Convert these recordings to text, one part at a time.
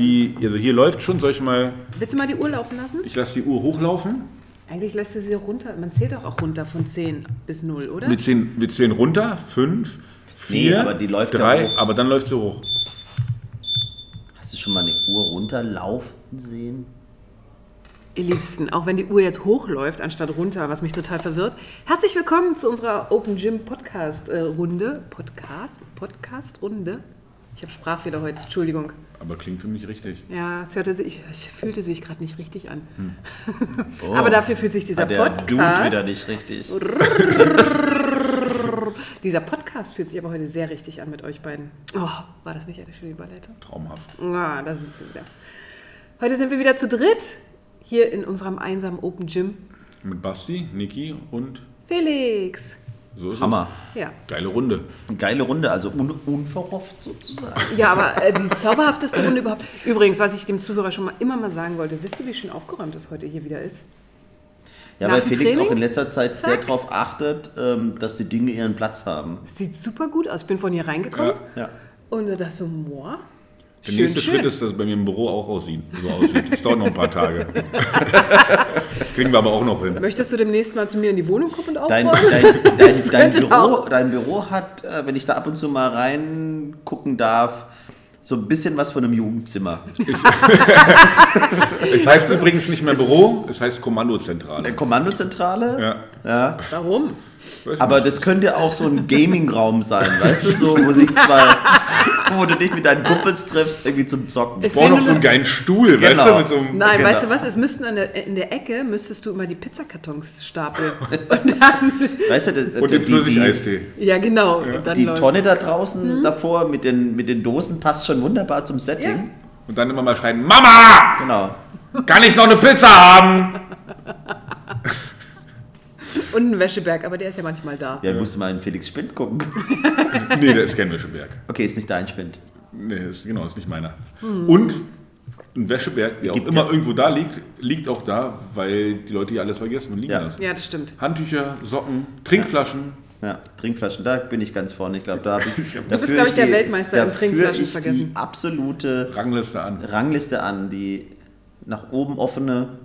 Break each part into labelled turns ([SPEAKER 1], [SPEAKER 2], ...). [SPEAKER 1] Die, also hier läuft schon, soll ich mal,
[SPEAKER 2] Willst du mal die Uhr laufen lassen?
[SPEAKER 1] ich lasse die Uhr hochlaufen,
[SPEAKER 2] Eigentlich lässt du sie doch runter. Man zählt doch auch runter von 10 bis 0, oder?
[SPEAKER 1] wir zählen, wir zählen runter, fünf,
[SPEAKER 3] Nee,
[SPEAKER 1] vier,
[SPEAKER 3] aber die läuft ja
[SPEAKER 1] drei,
[SPEAKER 3] hoch.
[SPEAKER 1] aber dann läuft sie hoch.
[SPEAKER 3] Hast du schon mal eine Uhr runterlaufen sehen?
[SPEAKER 2] Ihr Liebsten, auch wenn die Uhr jetzt hochläuft anstatt runter, was mich total verwirrt. Herzlich willkommen zu unserer Open Gym Podcast äh, Runde. Podcast? Podcast Runde? Ich habe Sprachfehler heute, Entschuldigung.
[SPEAKER 1] Aber klingt für mich richtig.
[SPEAKER 2] Ja, es hörte sich, ich fühlte sich gerade nicht richtig an. Aber dafür fühlt sich dieser
[SPEAKER 3] Hm. Oh. Hat der
[SPEAKER 2] Podcast.
[SPEAKER 3] Dude wieder nicht richtig.
[SPEAKER 2] Dieser Podcast fühlt sich aber heute sehr richtig an mit euch beiden. Oh, war das nicht eine schöne Überleitung?
[SPEAKER 1] Traumhaft.
[SPEAKER 2] Ah, da sind sie wieder. Heute sind wir wieder zu dritt hier in unserem einsamen Open Gym.
[SPEAKER 1] Mit Basti, Niki und
[SPEAKER 2] Felix.
[SPEAKER 1] so ist
[SPEAKER 3] Hammer.
[SPEAKER 2] Ja.
[SPEAKER 1] es. Geile Runde.
[SPEAKER 3] Eine geile Runde, also un unverhofft sozusagen.
[SPEAKER 2] Ja, aber äh, die zauberhafteste Runde überhaupt. Übrigens, was ich dem Zuhörer schon mal immer mal sagen wollte, wisst ihr, wie schön aufgeräumt das heute hier wieder ist?
[SPEAKER 3] Ja,
[SPEAKER 2] Nach
[SPEAKER 3] weil
[SPEAKER 2] dem
[SPEAKER 3] Felix
[SPEAKER 2] Training?
[SPEAKER 3] auch in letzter Zeit sehr
[SPEAKER 2] Zack. Oh
[SPEAKER 3] darauf achtet, ähm, dass die Dinge ihren Platz haben.
[SPEAKER 2] Es sieht super gut aus. Ich bin von hier reingekommen
[SPEAKER 3] Ja.
[SPEAKER 2] und da dachte so, moa.
[SPEAKER 1] Der
[SPEAKER 2] schön,
[SPEAKER 1] nächste
[SPEAKER 2] schön.
[SPEAKER 1] Schritt ist, dass es bei mir im Büro auch aussieht. So aussieht. Es dauert noch ein paar Tage. Das kriegen wir aber auch noch hin.
[SPEAKER 2] Möchtest du demnächst mal zu mir in die Wohnung kommen und
[SPEAKER 3] Dein,
[SPEAKER 2] aufräumen?
[SPEAKER 3] dein, dein, dein,
[SPEAKER 2] könnte
[SPEAKER 3] Büro,
[SPEAKER 2] auch.
[SPEAKER 3] dein Büro hat, äh, wenn ich da ab und zu mal reingucken darf, so ein bisschen was von einem Jugendzimmer.
[SPEAKER 1] Es heißt übrigens nicht mehr Büro, es heißt Kommandozentrale.
[SPEAKER 3] Eine Kommandozentrale,
[SPEAKER 1] Ja.
[SPEAKER 3] ja.
[SPEAKER 2] Warum?
[SPEAKER 1] Weiß
[SPEAKER 3] aber
[SPEAKER 1] nicht.
[SPEAKER 3] das könnte auch so ein Gaming-Raum sein, weißt du, so, wo sich zwar, wo du dich mit deinen Kumpels triffst, irgendwie zum Zocken.
[SPEAKER 2] Es
[SPEAKER 1] ich brauche
[SPEAKER 2] fehlt
[SPEAKER 1] noch
[SPEAKER 2] nur
[SPEAKER 1] so einen
[SPEAKER 2] noch-
[SPEAKER 1] geilen Stuhl, weißt du,
[SPEAKER 3] Genau.
[SPEAKER 1] mit so einem
[SPEAKER 2] Nein,
[SPEAKER 3] Genau.
[SPEAKER 2] weißt du was? Es müssten an der, in der Ecke müsstest du immer die Pizzakartons stapeln. Und dann,
[SPEAKER 3] Weißt du, das,
[SPEAKER 1] und dem
[SPEAKER 3] die- die,
[SPEAKER 1] Pfirsicheistee.
[SPEAKER 2] ja, genau. und dann
[SPEAKER 3] die
[SPEAKER 2] läuft-
[SPEAKER 3] Tonne da
[SPEAKER 2] Mhm.
[SPEAKER 3] draußen davor mit den, mit den Dosen passt schon wunderbar zum Setting.
[SPEAKER 1] Und dann immer mal schreien, Mama,
[SPEAKER 3] Genau.
[SPEAKER 1] kann ich noch eine Pizza haben?
[SPEAKER 2] Und ein Wäscheberg, aber der ist ja manchmal da.
[SPEAKER 3] Ja, musst du mal in Felix Spind gucken.
[SPEAKER 1] Nee, der ist kein Wäscheberg.
[SPEAKER 3] Okay, ist nicht dein Spind.
[SPEAKER 1] Nee, ist, genau, ist nicht meiner. Und ein Wäscheberg, der auch
[SPEAKER 3] Gibt
[SPEAKER 1] immer
[SPEAKER 3] ja-
[SPEAKER 1] irgendwo da liegt, liegt auch da, weil die Leute hier alles vergessen und liegen
[SPEAKER 3] Ja.
[SPEAKER 1] lassen.
[SPEAKER 2] Ja, das stimmt.
[SPEAKER 1] Handtücher, Socken, Trinkflaschen.
[SPEAKER 3] Ja, Trinkflaschen, da bin ich ganz vorne. Ich glaube, da habe ich. Du
[SPEAKER 2] bist, glaub ich, der Weltmeister im Trinkflaschen vergessen.
[SPEAKER 3] Die absolute
[SPEAKER 1] Rangliste an.
[SPEAKER 3] Rangliste an, die nach oben offene.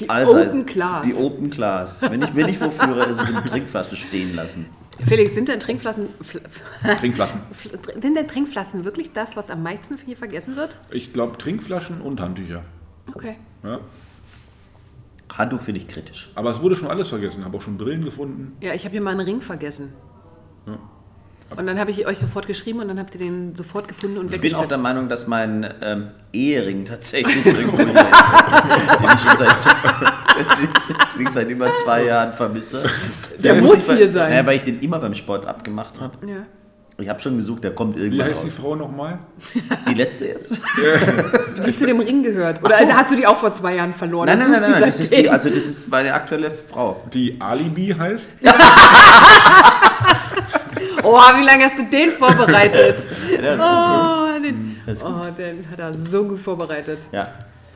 [SPEAKER 2] Die
[SPEAKER 3] allseits-
[SPEAKER 2] Open Class.
[SPEAKER 3] Also, Die Open Class. Wenn ich, wenn ich wo führe, ist es in Trinkflaschen stehen lassen.
[SPEAKER 2] Felix, sind denn Trinkflaschen, Fl-
[SPEAKER 1] Trinkflaschen.
[SPEAKER 2] Fl- sind denn Trinkflaschen wirklich das, was am meisten hier vergessen wird?
[SPEAKER 1] Ich glaube, Trinkflaschen und Handtücher.
[SPEAKER 2] Okay.
[SPEAKER 1] Ja.
[SPEAKER 3] Handtuch finde ich kritisch.
[SPEAKER 1] Aber es wurde schon alles vergessen. Habe auch schon Brillen gefunden.
[SPEAKER 2] Ja, ich habe hier mal einen Ring vergessen.
[SPEAKER 3] Hm.
[SPEAKER 2] Und dann habe ich euch sofort geschrieben und dann habt ihr den sofort gefunden und
[SPEAKER 3] Ich bin auch
[SPEAKER 2] weggestellt.
[SPEAKER 3] der Meinung, dass mein ähm, Ehering tatsächlich irgendwo liegt, den ich schon seit, den ich seit über zwei Jahren vermisse.
[SPEAKER 2] Der
[SPEAKER 3] muss
[SPEAKER 2] muss
[SPEAKER 3] ich bei-
[SPEAKER 2] hier sein.
[SPEAKER 3] Naja, weil ich den immer beim Sport abgemacht habe.
[SPEAKER 2] Ja.
[SPEAKER 3] Ich habe schon gesucht, der kommt
[SPEAKER 1] Wie
[SPEAKER 3] irgendwann
[SPEAKER 1] heißt die
[SPEAKER 3] raus.
[SPEAKER 1] Frau nochmal?
[SPEAKER 3] Die, letzte jetzt?
[SPEAKER 2] Die zu dem Ring gehört. Oder
[SPEAKER 3] Ach so.
[SPEAKER 2] also hast du die auch vor zwei Jahren verloren?
[SPEAKER 3] Nein,
[SPEAKER 2] und
[SPEAKER 3] nein, nein,
[SPEAKER 2] suchst
[SPEAKER 3] nein,
[SPEAKER 2] die
[SPEAKER 3] nein. Das ist die,
[SPEAKER 2] seitdem?
[SPEAKER 3] also das ist meine aktuelle Frau.
[SPEAKER 1] Die Alibi heißt?
[SPEAKER 2] Oh, wie lange hast du den vorbereitet?
[SPEAKER 3] Ja, das ist gut. Hm.
[SPEAKER 2] Oh, den, oh, den hat er so gut vorbereitet.
[SPEAKER 3] ja.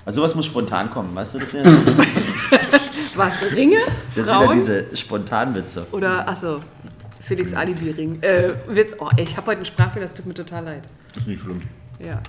[SPEAKER 3] Also sowas muss spontan kommen, weißt du? Das sind ja,
[SPEAKER 2] Was? Ringe?
[SPEAKER 3] das sind ja
[SPEAKER 2] Frauen?
[SPEAKER 3] diese Spontanwitze.
[SPEAKER 2] Oder, achso, Felix Alibi-Ring. Äh, Witz. Oh, ey, ich habe heute einen Sprachfehler, das tut mir total leid.
[SPEAKER 1] Ist nicht schlimm.
[SPEAKER 2] Ja.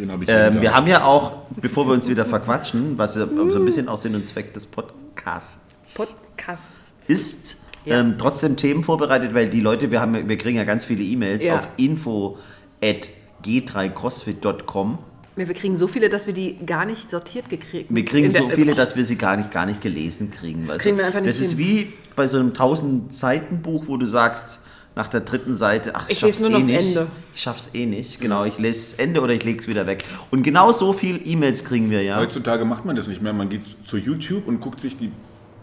[SPEAKER 1] Den habe ich
[SPEAKER 3] Ähm,
[SPEAKER 1] wieder.
[SPEAKER 3] wir haben ja auch, bevor wir uns wieder verquatschen, was ja so ein bisschen auch Sinn und Zweck des Podcasts
[SPEAKER 2] Podcast.
[SPEAKER 3] ist
[SPEAKER 2] Ja.
[SPEAKER 3] ähm, trotzdem Themen vorbereitet, weil die Leute, wir, haben, wir kriegen ja ganz viele E-Mails
[SPEAKER 2] Ja.
[SPEAKER 3] auf info at g3crossfit.com.
[SPEAKER 2] Ja, wir kriegen so viele, dass wir die gar nicht sortiert gekriegt
[SPEAKER 3] Wir kriegen
[SPEAKER 2] in der-
[SPEAKER 3] so viele,
[SPEAKER 2] Oh,
[SPEAKER 3] dass wir sie gar nicht, gar nicht gelesen kriegen. weißt du?
[SPEAKER 2] kriegen wir einfach nicht
[SPEAKER 3] das
[SPEAKER 2] hin.
[SPEAKER 3] ist wie bei so einem 1000-Seiten-Buch, wo du sagst, nach der dritten Seite, ach, ich,
[SPEAKER 2] Ich
[SPEAKER 3] schaff's
[SPEAKER 2] lese nur
[SPEAKER 3] eh
[SPEAKER 2] noch das
[SPEAKER 3] nicht.
[SPEAKER 2] Ende. Mhm.
[SPEAKER 3] Ich schaff's eh nicht. Genau, ich lese das Ende oder ich leg's wieder weg. Und genau so viel E-Mails kriegen wir ja.
[SPEAKER 1] Heutzutage macht man das nicht mehr. Man geht zu YouTube und guckt sich die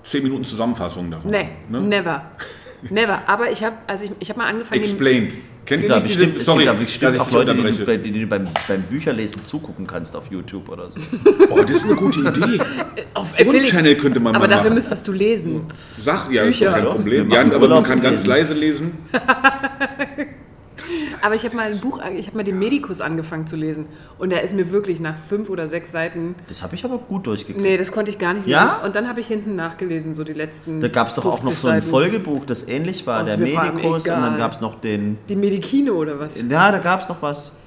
[SPEAKER 1] 10 Minuten Zusammenfassung davon
[SPEAKER 2] Nee,
[SPEAKER 1] an. Ne?
[SPEAKER 2] never. Never. Aber ich habe also ich, ich hab mal angefangen. den-
[SPEAKER 1] Explained. Kennt ihr
[SPEAKER 3] Da
[SPEAKER 1] nicht diese...
[SPEAKER 3] bestimmt,
[SPEAKER 1] sorry,
[SPEAKER 3] es gibt da bestimmt
[SPEAKER 1] dass ich
[SPEAKER 3] auch
[SPEAKER 1] dich
[SPEAKER 3] Leute, die du,
[SPEAKER 1] unterbreche.
[SPEAKER 3] bei- die du beim, beim Bücherlesen zugucken kannst auf YouTube oder so.
[SPEAKER 1] Oh, das ist eine gute Idee.
[SPEAKER 2] Auf
[SPEAKER 1] So einen Channel könnte man
[SPEAKER 2] Äh, Aber
[SPEAKER 1] mal
[SPEAKER 2] dafür
[SPEAKER 1] machen.
[SPEAKER 2] müsstest du lesen.
[SPEAKER 1] Sag, ja, ist
[SPEAKER 2] Bücher.
[SPEAKER 1] doch kein
[SPEAKER 2] Ja,
[SPEAKER 1] Problem.
[SPEAKER 3] wir
[SPEAKER 1] Ja,
[SPEAKER 3] machen
[SPEAKER 1] aber man
[SPEAKER 3] Urlaub
[SPEAKER 1] kann
[SPEAKER 3] und
[SPEAKER 1] ganz
[SPEAKER 3] lesen.
[SPEAKER 1] leise lesen.
[SPEAKER 2] Aber ich habe mal ein Buch, an- ich habe mal den Medikus angefangen zu lesen. Und der ist mir wirklich nach fünf oder sechs Seiten.
[SPEAKER 3] Das habe ich aber gut durchgekriegt.
[SPEAKER 2] Nee, das konnte ich gar nicht lesen.
[SPEAKER 3] Ja?
[SPEAKER 2] Und dann habe ich hinten nachgelesen, so die letzten.
[SPEAKER 3] Da gab es doch auch noch
[SPEAKER 2] 50
[SPEAKER 3] so ein
[SPEAKER 2] Seiten.
[SPEAKER 3] Folgebuch, das ähnlich war,
[SPEAKER 2] Aus
[SPEAKER 3] der
[SPEAKER 2] mir vor allem
[SPEAKER 3] Medikus und
[SPEAKER 2] egal.
[SPEAKER 3] dann gab es noch den.
[SPEAKER 2] Die Medikino oder was?
[SPEAKER 3] Ja, da gab es noch was.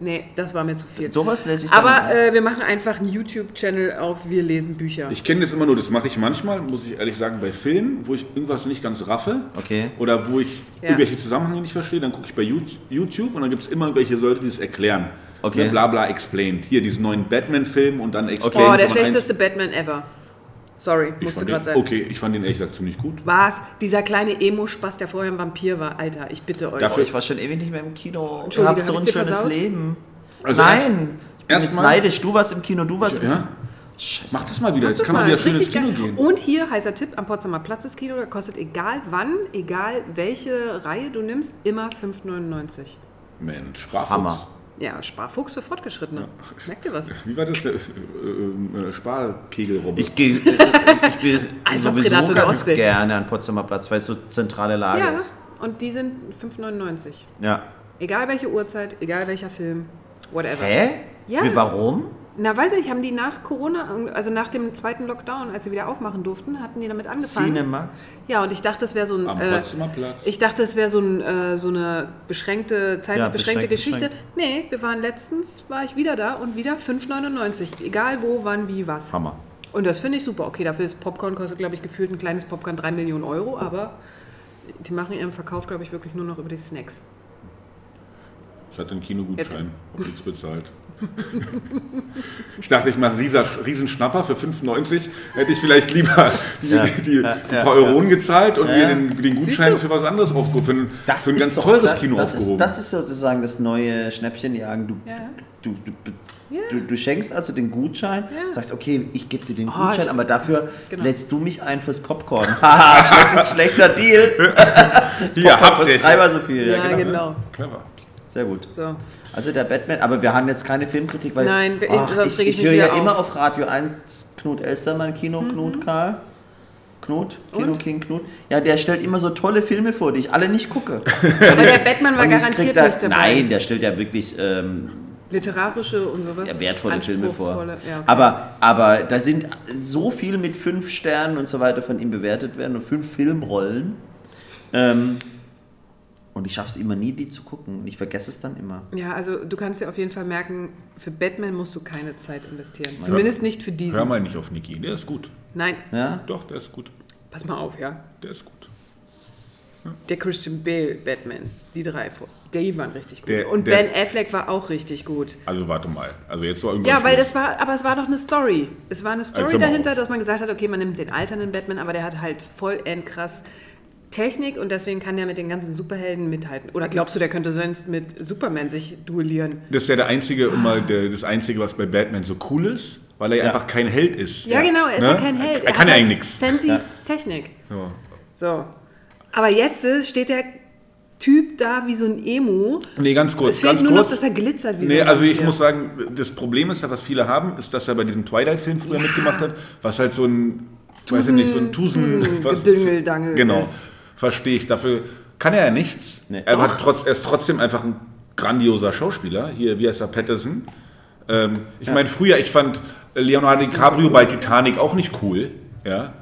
[SPEAKER 2] Nee, das war mir zu viel.
[SPEAKER 3] Sowas lässt sich dann
[SPEAKER 2] Aber
[SPEAKER 3] machen.
[SPEAKER 2] äh, wir machen einfach einen YouTube-Channel auf Wir lesen Bücher.
[SPEAKER 1] ne? Ich kenne das immer nur, das mache ich manchmal, muss ich ehrlich sagen, bei Filmen, wo ich irgendwas nicht ganz raffe.
[SPEAKER 3] Okay.
[SPEAKER 1] Oder wo ich
[SPEAKER 2] Ja.
[SPEAKER 1] irgendwelche Zusammenhänge nicht verstehe, dann gucke ich bei You- YouTube und dann gibt es immer irgendwelche Leute, die es erklären.
[SPEAKER 3] Okay.
[SPEAKER 1] Ne, Bla bla explained. Hier diesen neuen Batman-Film und dann explained.
[SPEAKER 2] oh, der
[SPEAKER 1] und eins-
[SPEAKER 2] schlechteste Batman ever. Sorry,
[SPEAKER 1] Ich
[SPEAKER 2] musste
[SPEAKER 1] fand
[SPEAKER 2] gerade
[SPEAKER 1] den,
[SPEAKER 2] sein.
[SPEAKER 1] okay, ich fand den ehrlich gesagt ziemlich gut.
[SPEAKER 2] Was? Dieser kleine Emo-Spaß, der vorher ein Vampir war. Alter, ich bitte euch.
[SPEAKER 1] Dafür-
[SPEAKER 3] Also Ich war schon ewig nicht mehr im Kino.
[SPEAKER 2] Entschuldige,
[SPEAKER 3] Ihr habt so
[SPEAKER 2] hab
[SPEAKER 3] ein
[SPEAKER 2] ich dir
[SPEAKER 3] schönes
[SPEAKER 2] versaut?
[SPEAKER 3] Leben.
[SPEAKER 1] Also
[SPEAKER 3] Nein, ich bin
[SPEAKER 1] erst
[SPEAKER 3] jetzt
[SPEAKER 1] mal-
[SPEAKER 3] neidisch. Du warst im Kino, du warst im
[SPEAKER 1] Ja?
[SPEAKER 3] Scheiße.
[SPEAKER 1] Mach das mal wieder, jetzt
[SPEAKER 2] Das
[SPEAKER 1] kann man
[SPEAKER 2] mal,
[SPEAKER 1] wieder
[SPEAKER 2] ist
[SPEAKER 1] schön ins
[SPEAKER 2] richtig
[SPEAKER 1] Kino
[SPEAKER 2] geil.
[SPEAKER 1] gehen.
[SPEAKER 2] Und hier, heißer Tipp, am Potsdamer Platz ist Kino, der kostet egal wann, egal welche Reihe du nimmst, immer 5,99.
[SPEAKER 1] Mensch, Sparfuchs.
[SPEAKER 3] Hammer.
[SPEAKER 2] Ja, Sparfuchs für Fortgeschrittene. Merkt ihr was?
[SPEAKER 1] Wie war das? der, äh, äh, äh, Sparkegelrobbe.
[SPEAKER 3] Ich gehe ich bin
[SPEAKER 2] Alpha
[SPEAKER 3] sowieso
[SPEAKER 2] Predator der
[SPEAKER 3] ganz
[SPEAKER 2] Ostsee.
[SPEAKER 3] gerne an Potsdamer Platz, weil es so zentrale Lage
[SPEAKER 2] Ja,
[SPEAKER 3] ist.
[SPEAKER 2] und die sind 5,99.
[SPEAKER 3] Ja.
[SPEAKER 2] Egal welche Uhrzeit, egal welcher Film, whatever.
[SPEAKER 3] Hä?
[SPEAKER 2] Ja.
[SPEAKER 3] Wie, warum?
[SPEAKER 2] Na, weiß ich nicht, haben die nach Corona, also nach dem zweiten Lockdown, als sie wieder aufmachen durften, hatten die damit angefangen.
[SPEAKER 3] Cinemax?
[SPEAKER 2] Ja, und ich dachte, es wäre so ein.
[SPEAKER 1] Am
[SPEAKER 2] äh,
[SPEAKER 1] Potsdamer Platz.
[SPEAKER 2] ich dachte, es wäre so, ein, äh, so eine beschränkte, zeitlich
[SPEAKER 3] Ja,
[SPEAKER 2] beschränkte
[SPEAKER 3] beschränkt,
[SPEAKER 2] Geschichte. Nee, wir waren letztens, war ich wieder da und wieder 5,99. Egal wo, wann, wie, was.
[SPEAKER 3] Hammer.
[SPEAKER 2] Und das finde ich super. Okay, dafür ist Popcorn, kostet, glaube ich, gefühlt ein kleines Popcorn 3 Millionen Euro, aber die machen ihren Verkauf, glaube ich, wirklich nur noch über die Snacks.
[SPEAKER 1] Ich hatte einen Kinogutschein, hab nichts bezahlt. ich dachte, ich mache einen Rieser, Riesenschnapper für 5,90. Hätte ich vielleicht lieber die,
[SPEAKER 3] Ja,
[SPEAKER 1] die
[SPEAKER 3] ja,
[SPEAKER 1] ein
[SPEAKER 3] ja,
[SPEAKER 1] paar Euronen gezahlt und mir den, den
[SPEAKER 2] du?
[SPEAKER 1] Gutschein für was anderes aufgehoben. Für ein, für ein
[SPEAKER 3] ist
[SPEAKER 1] ganz
[SPEAKER 3] doch-
[SPEAKER 1] teures
[SPEAKER 3] das,
[SPEAKER 1] Kino
[SPEAKER 3] das
[SPEAKER 1] aufgehoben.
[SPEAKER 3] Ist, das ist sozusagen das neue Schnäppchenjagen. Du,
[SPEAKER 2] Ja.
[SPEAKER 3] du, du, du, du schenkst also den Gutschein,
[SPEAKER 2] Ja. Ah,
[SPEAKER 3] sagst, okay, ich gebe dir den Gutschein,
[SPEAKER 2] ich-
[SPEAKER 3] aber dafür
[SPEAKER 2] Genau.
[SPEAKER 3] lädst du mich ein fürs Popcorn. Haha, schlecht- schlechter Deal.
[SPEAKER 1] Hier, habt
[SPEAKER 3] Kostet
[SPEAKER 1] ihr.
[SPEAKER 3] dreimal so viel.
[SPEAKER 2] Ja, genau.
[SPEAKER 1] Clever.
[SPEAKER 3] Sehr gut.
[SPEAKER 2] So.
[SPEAKER 3] Also der Batman, aber wir haben jetzt keine Filmkritik, weil
[SPEAKER 2] Nein, wir- sonst
[SPEAKER 3] ich,
[SPEAKER 2] reg ich
[SPEAKER 3] ich
[SPEAKER 2] mich
[SPEAKER 3] höre ja
[SPEAKER 2] wieder Mhm.
[SPEAKER 3] immer auf Radio 1 Knut Elstermann, Kino Knut Karl. Knut, Kino
[SPEAKER 2] Und?
[SPEAKER 3] King Knut. Ja, der stellt immer so tolle Filme vor, die ich alle nicht gucke.
[SPEAKER 2] Aber der Batman war
[SPEAKER 3] Und ich krieg
[SPEAKER 2] garantiert
[SPEAKER 3] da,
[SPEAKER 2] nicht dabei.
[SPEAKER 3] Nein, der stellt ja wirklich ähm,
[SPEAKER 2] Literarische und sowas.
[SPEAKER 3] ja, wertvolle Filme vor.
[SPEAKER 2] Anspruchsvolle, Ja, okay.
[SPEAKER 3] aber, aber da sind so viel mit fünf Sternen und so weiter von ihm bewertet werden und fünf Filmrollen. Ähm, und ich schaffe es immer nie, die zu gucken. Und ich vergesse es dann immer.
[SPEAKER 2] ja, also du kannst dir auf jeden Fall merken, für Batman musst du keine Zeit investieren. Zumindest nicht für
[SPEAKER 1] Hör
[SPEAKER 2] diesen.
[SPEAKER 1] mal nicht auf Niki, der ist gut.
[SPEAKER 2] Nein,
[SPEAKER 3] Ja?
[SPEAKER 1] Doch, der ist gut.
[SPEAKER 2] pass mal auf, ja.
[SPEAKER 1] Der ist gut.
[SPEAKER 2] Der Christian Bale Batman, die drei, vor- die waren richtig gut.
[SPEAKER 1] Der-
[SPEAKER 2] und
[SPEAKER 1] der-
[SPEAKER 2] Ben Affleck war auch richtig gut.
[SPEAKER 1] Also warte mal. Also jetzt war irgendwas.
[SPEAKER 2] Ja, weil das war, aber es war doch eine Story. Es war eine Story
[SPEAKER 1] Also mal
[SPEAKER 2] dahinter,
[SPEAKER 1] auf.
[SPEAKER 2] dass man gesagt hat, okay, man nimmt den alternden Batman, aber der hat halt vollend krass Technik und deswegen kann der mit den ganzen Superhelden mithalten. Oder glaubst du, der könnte sonst mit Superman sich duellieren?
[SPEAKER 1] Das ist ja der einzige, immer der, das einzige, was bei Batman so cool ist, weil er einfach kein Held ist.
[SPEAKER 2] Ja, genau, er ist ja
[SPEAKER 1] Ne?
[SPEAKER 2] kein Held.
[SPEAKER 1] Er, kann
[SPEAKER 2] hat
[SPEAKER 1] ja
[SPEAKER 2] halt
[SPEAKER 1] eigentlich nichts.
[SPEAKER 2] Fancy
[SPEAKER 3] Ja.
[SPEAKER 2] Technik.
[SPEAKER 1] Ja.
[SPEAKER 2] So. Aber jetzt äh, steht der Typ da wie so ein Emo.
[SPEAKER 1] Nee, ganz kurz.
[SPEAKER 2] Es fehlt
[SPEAKER 1] ganz
[SPEAKER 2] nur
[SPEAKER 1] kurz.
[SPEAKER 2] noch, dass er glitzert wie so
[SPEAKER 1] Nee,
[SPEAKER 2] ein
[SPEAKER 1] also ich
[SPEAKER 2] Vampir.
[SPEAKER 1] muss sagen, das Problem ist ja, was viele haben, ist, dass er bei diesem Twilight-Film früher mitgemacht hat, was halt so ein, weiß ich nicht, so ein Tusen...
[SPEAKER 2] Tusen-
[SPEAKER 1] was-
[SPEAKER 2] Gedüngeldangel
[SPEAKER 1] Genau,
[SPEAKER 2] ist.
[SPEAKER 1] verstehe ich. Dafür kann er ja nichts.
[SPEAKER 3] Nee.
[SPEAKER 1] Er, hat trotz, er ist trotzdem einfach ein grandioser Schauspieler. Hier, wie heißt er, Patterson? Ähm, ich meine, früher, ich fand äh, Leonardo DiCaprio bei Titanic auch nicht cool, ja,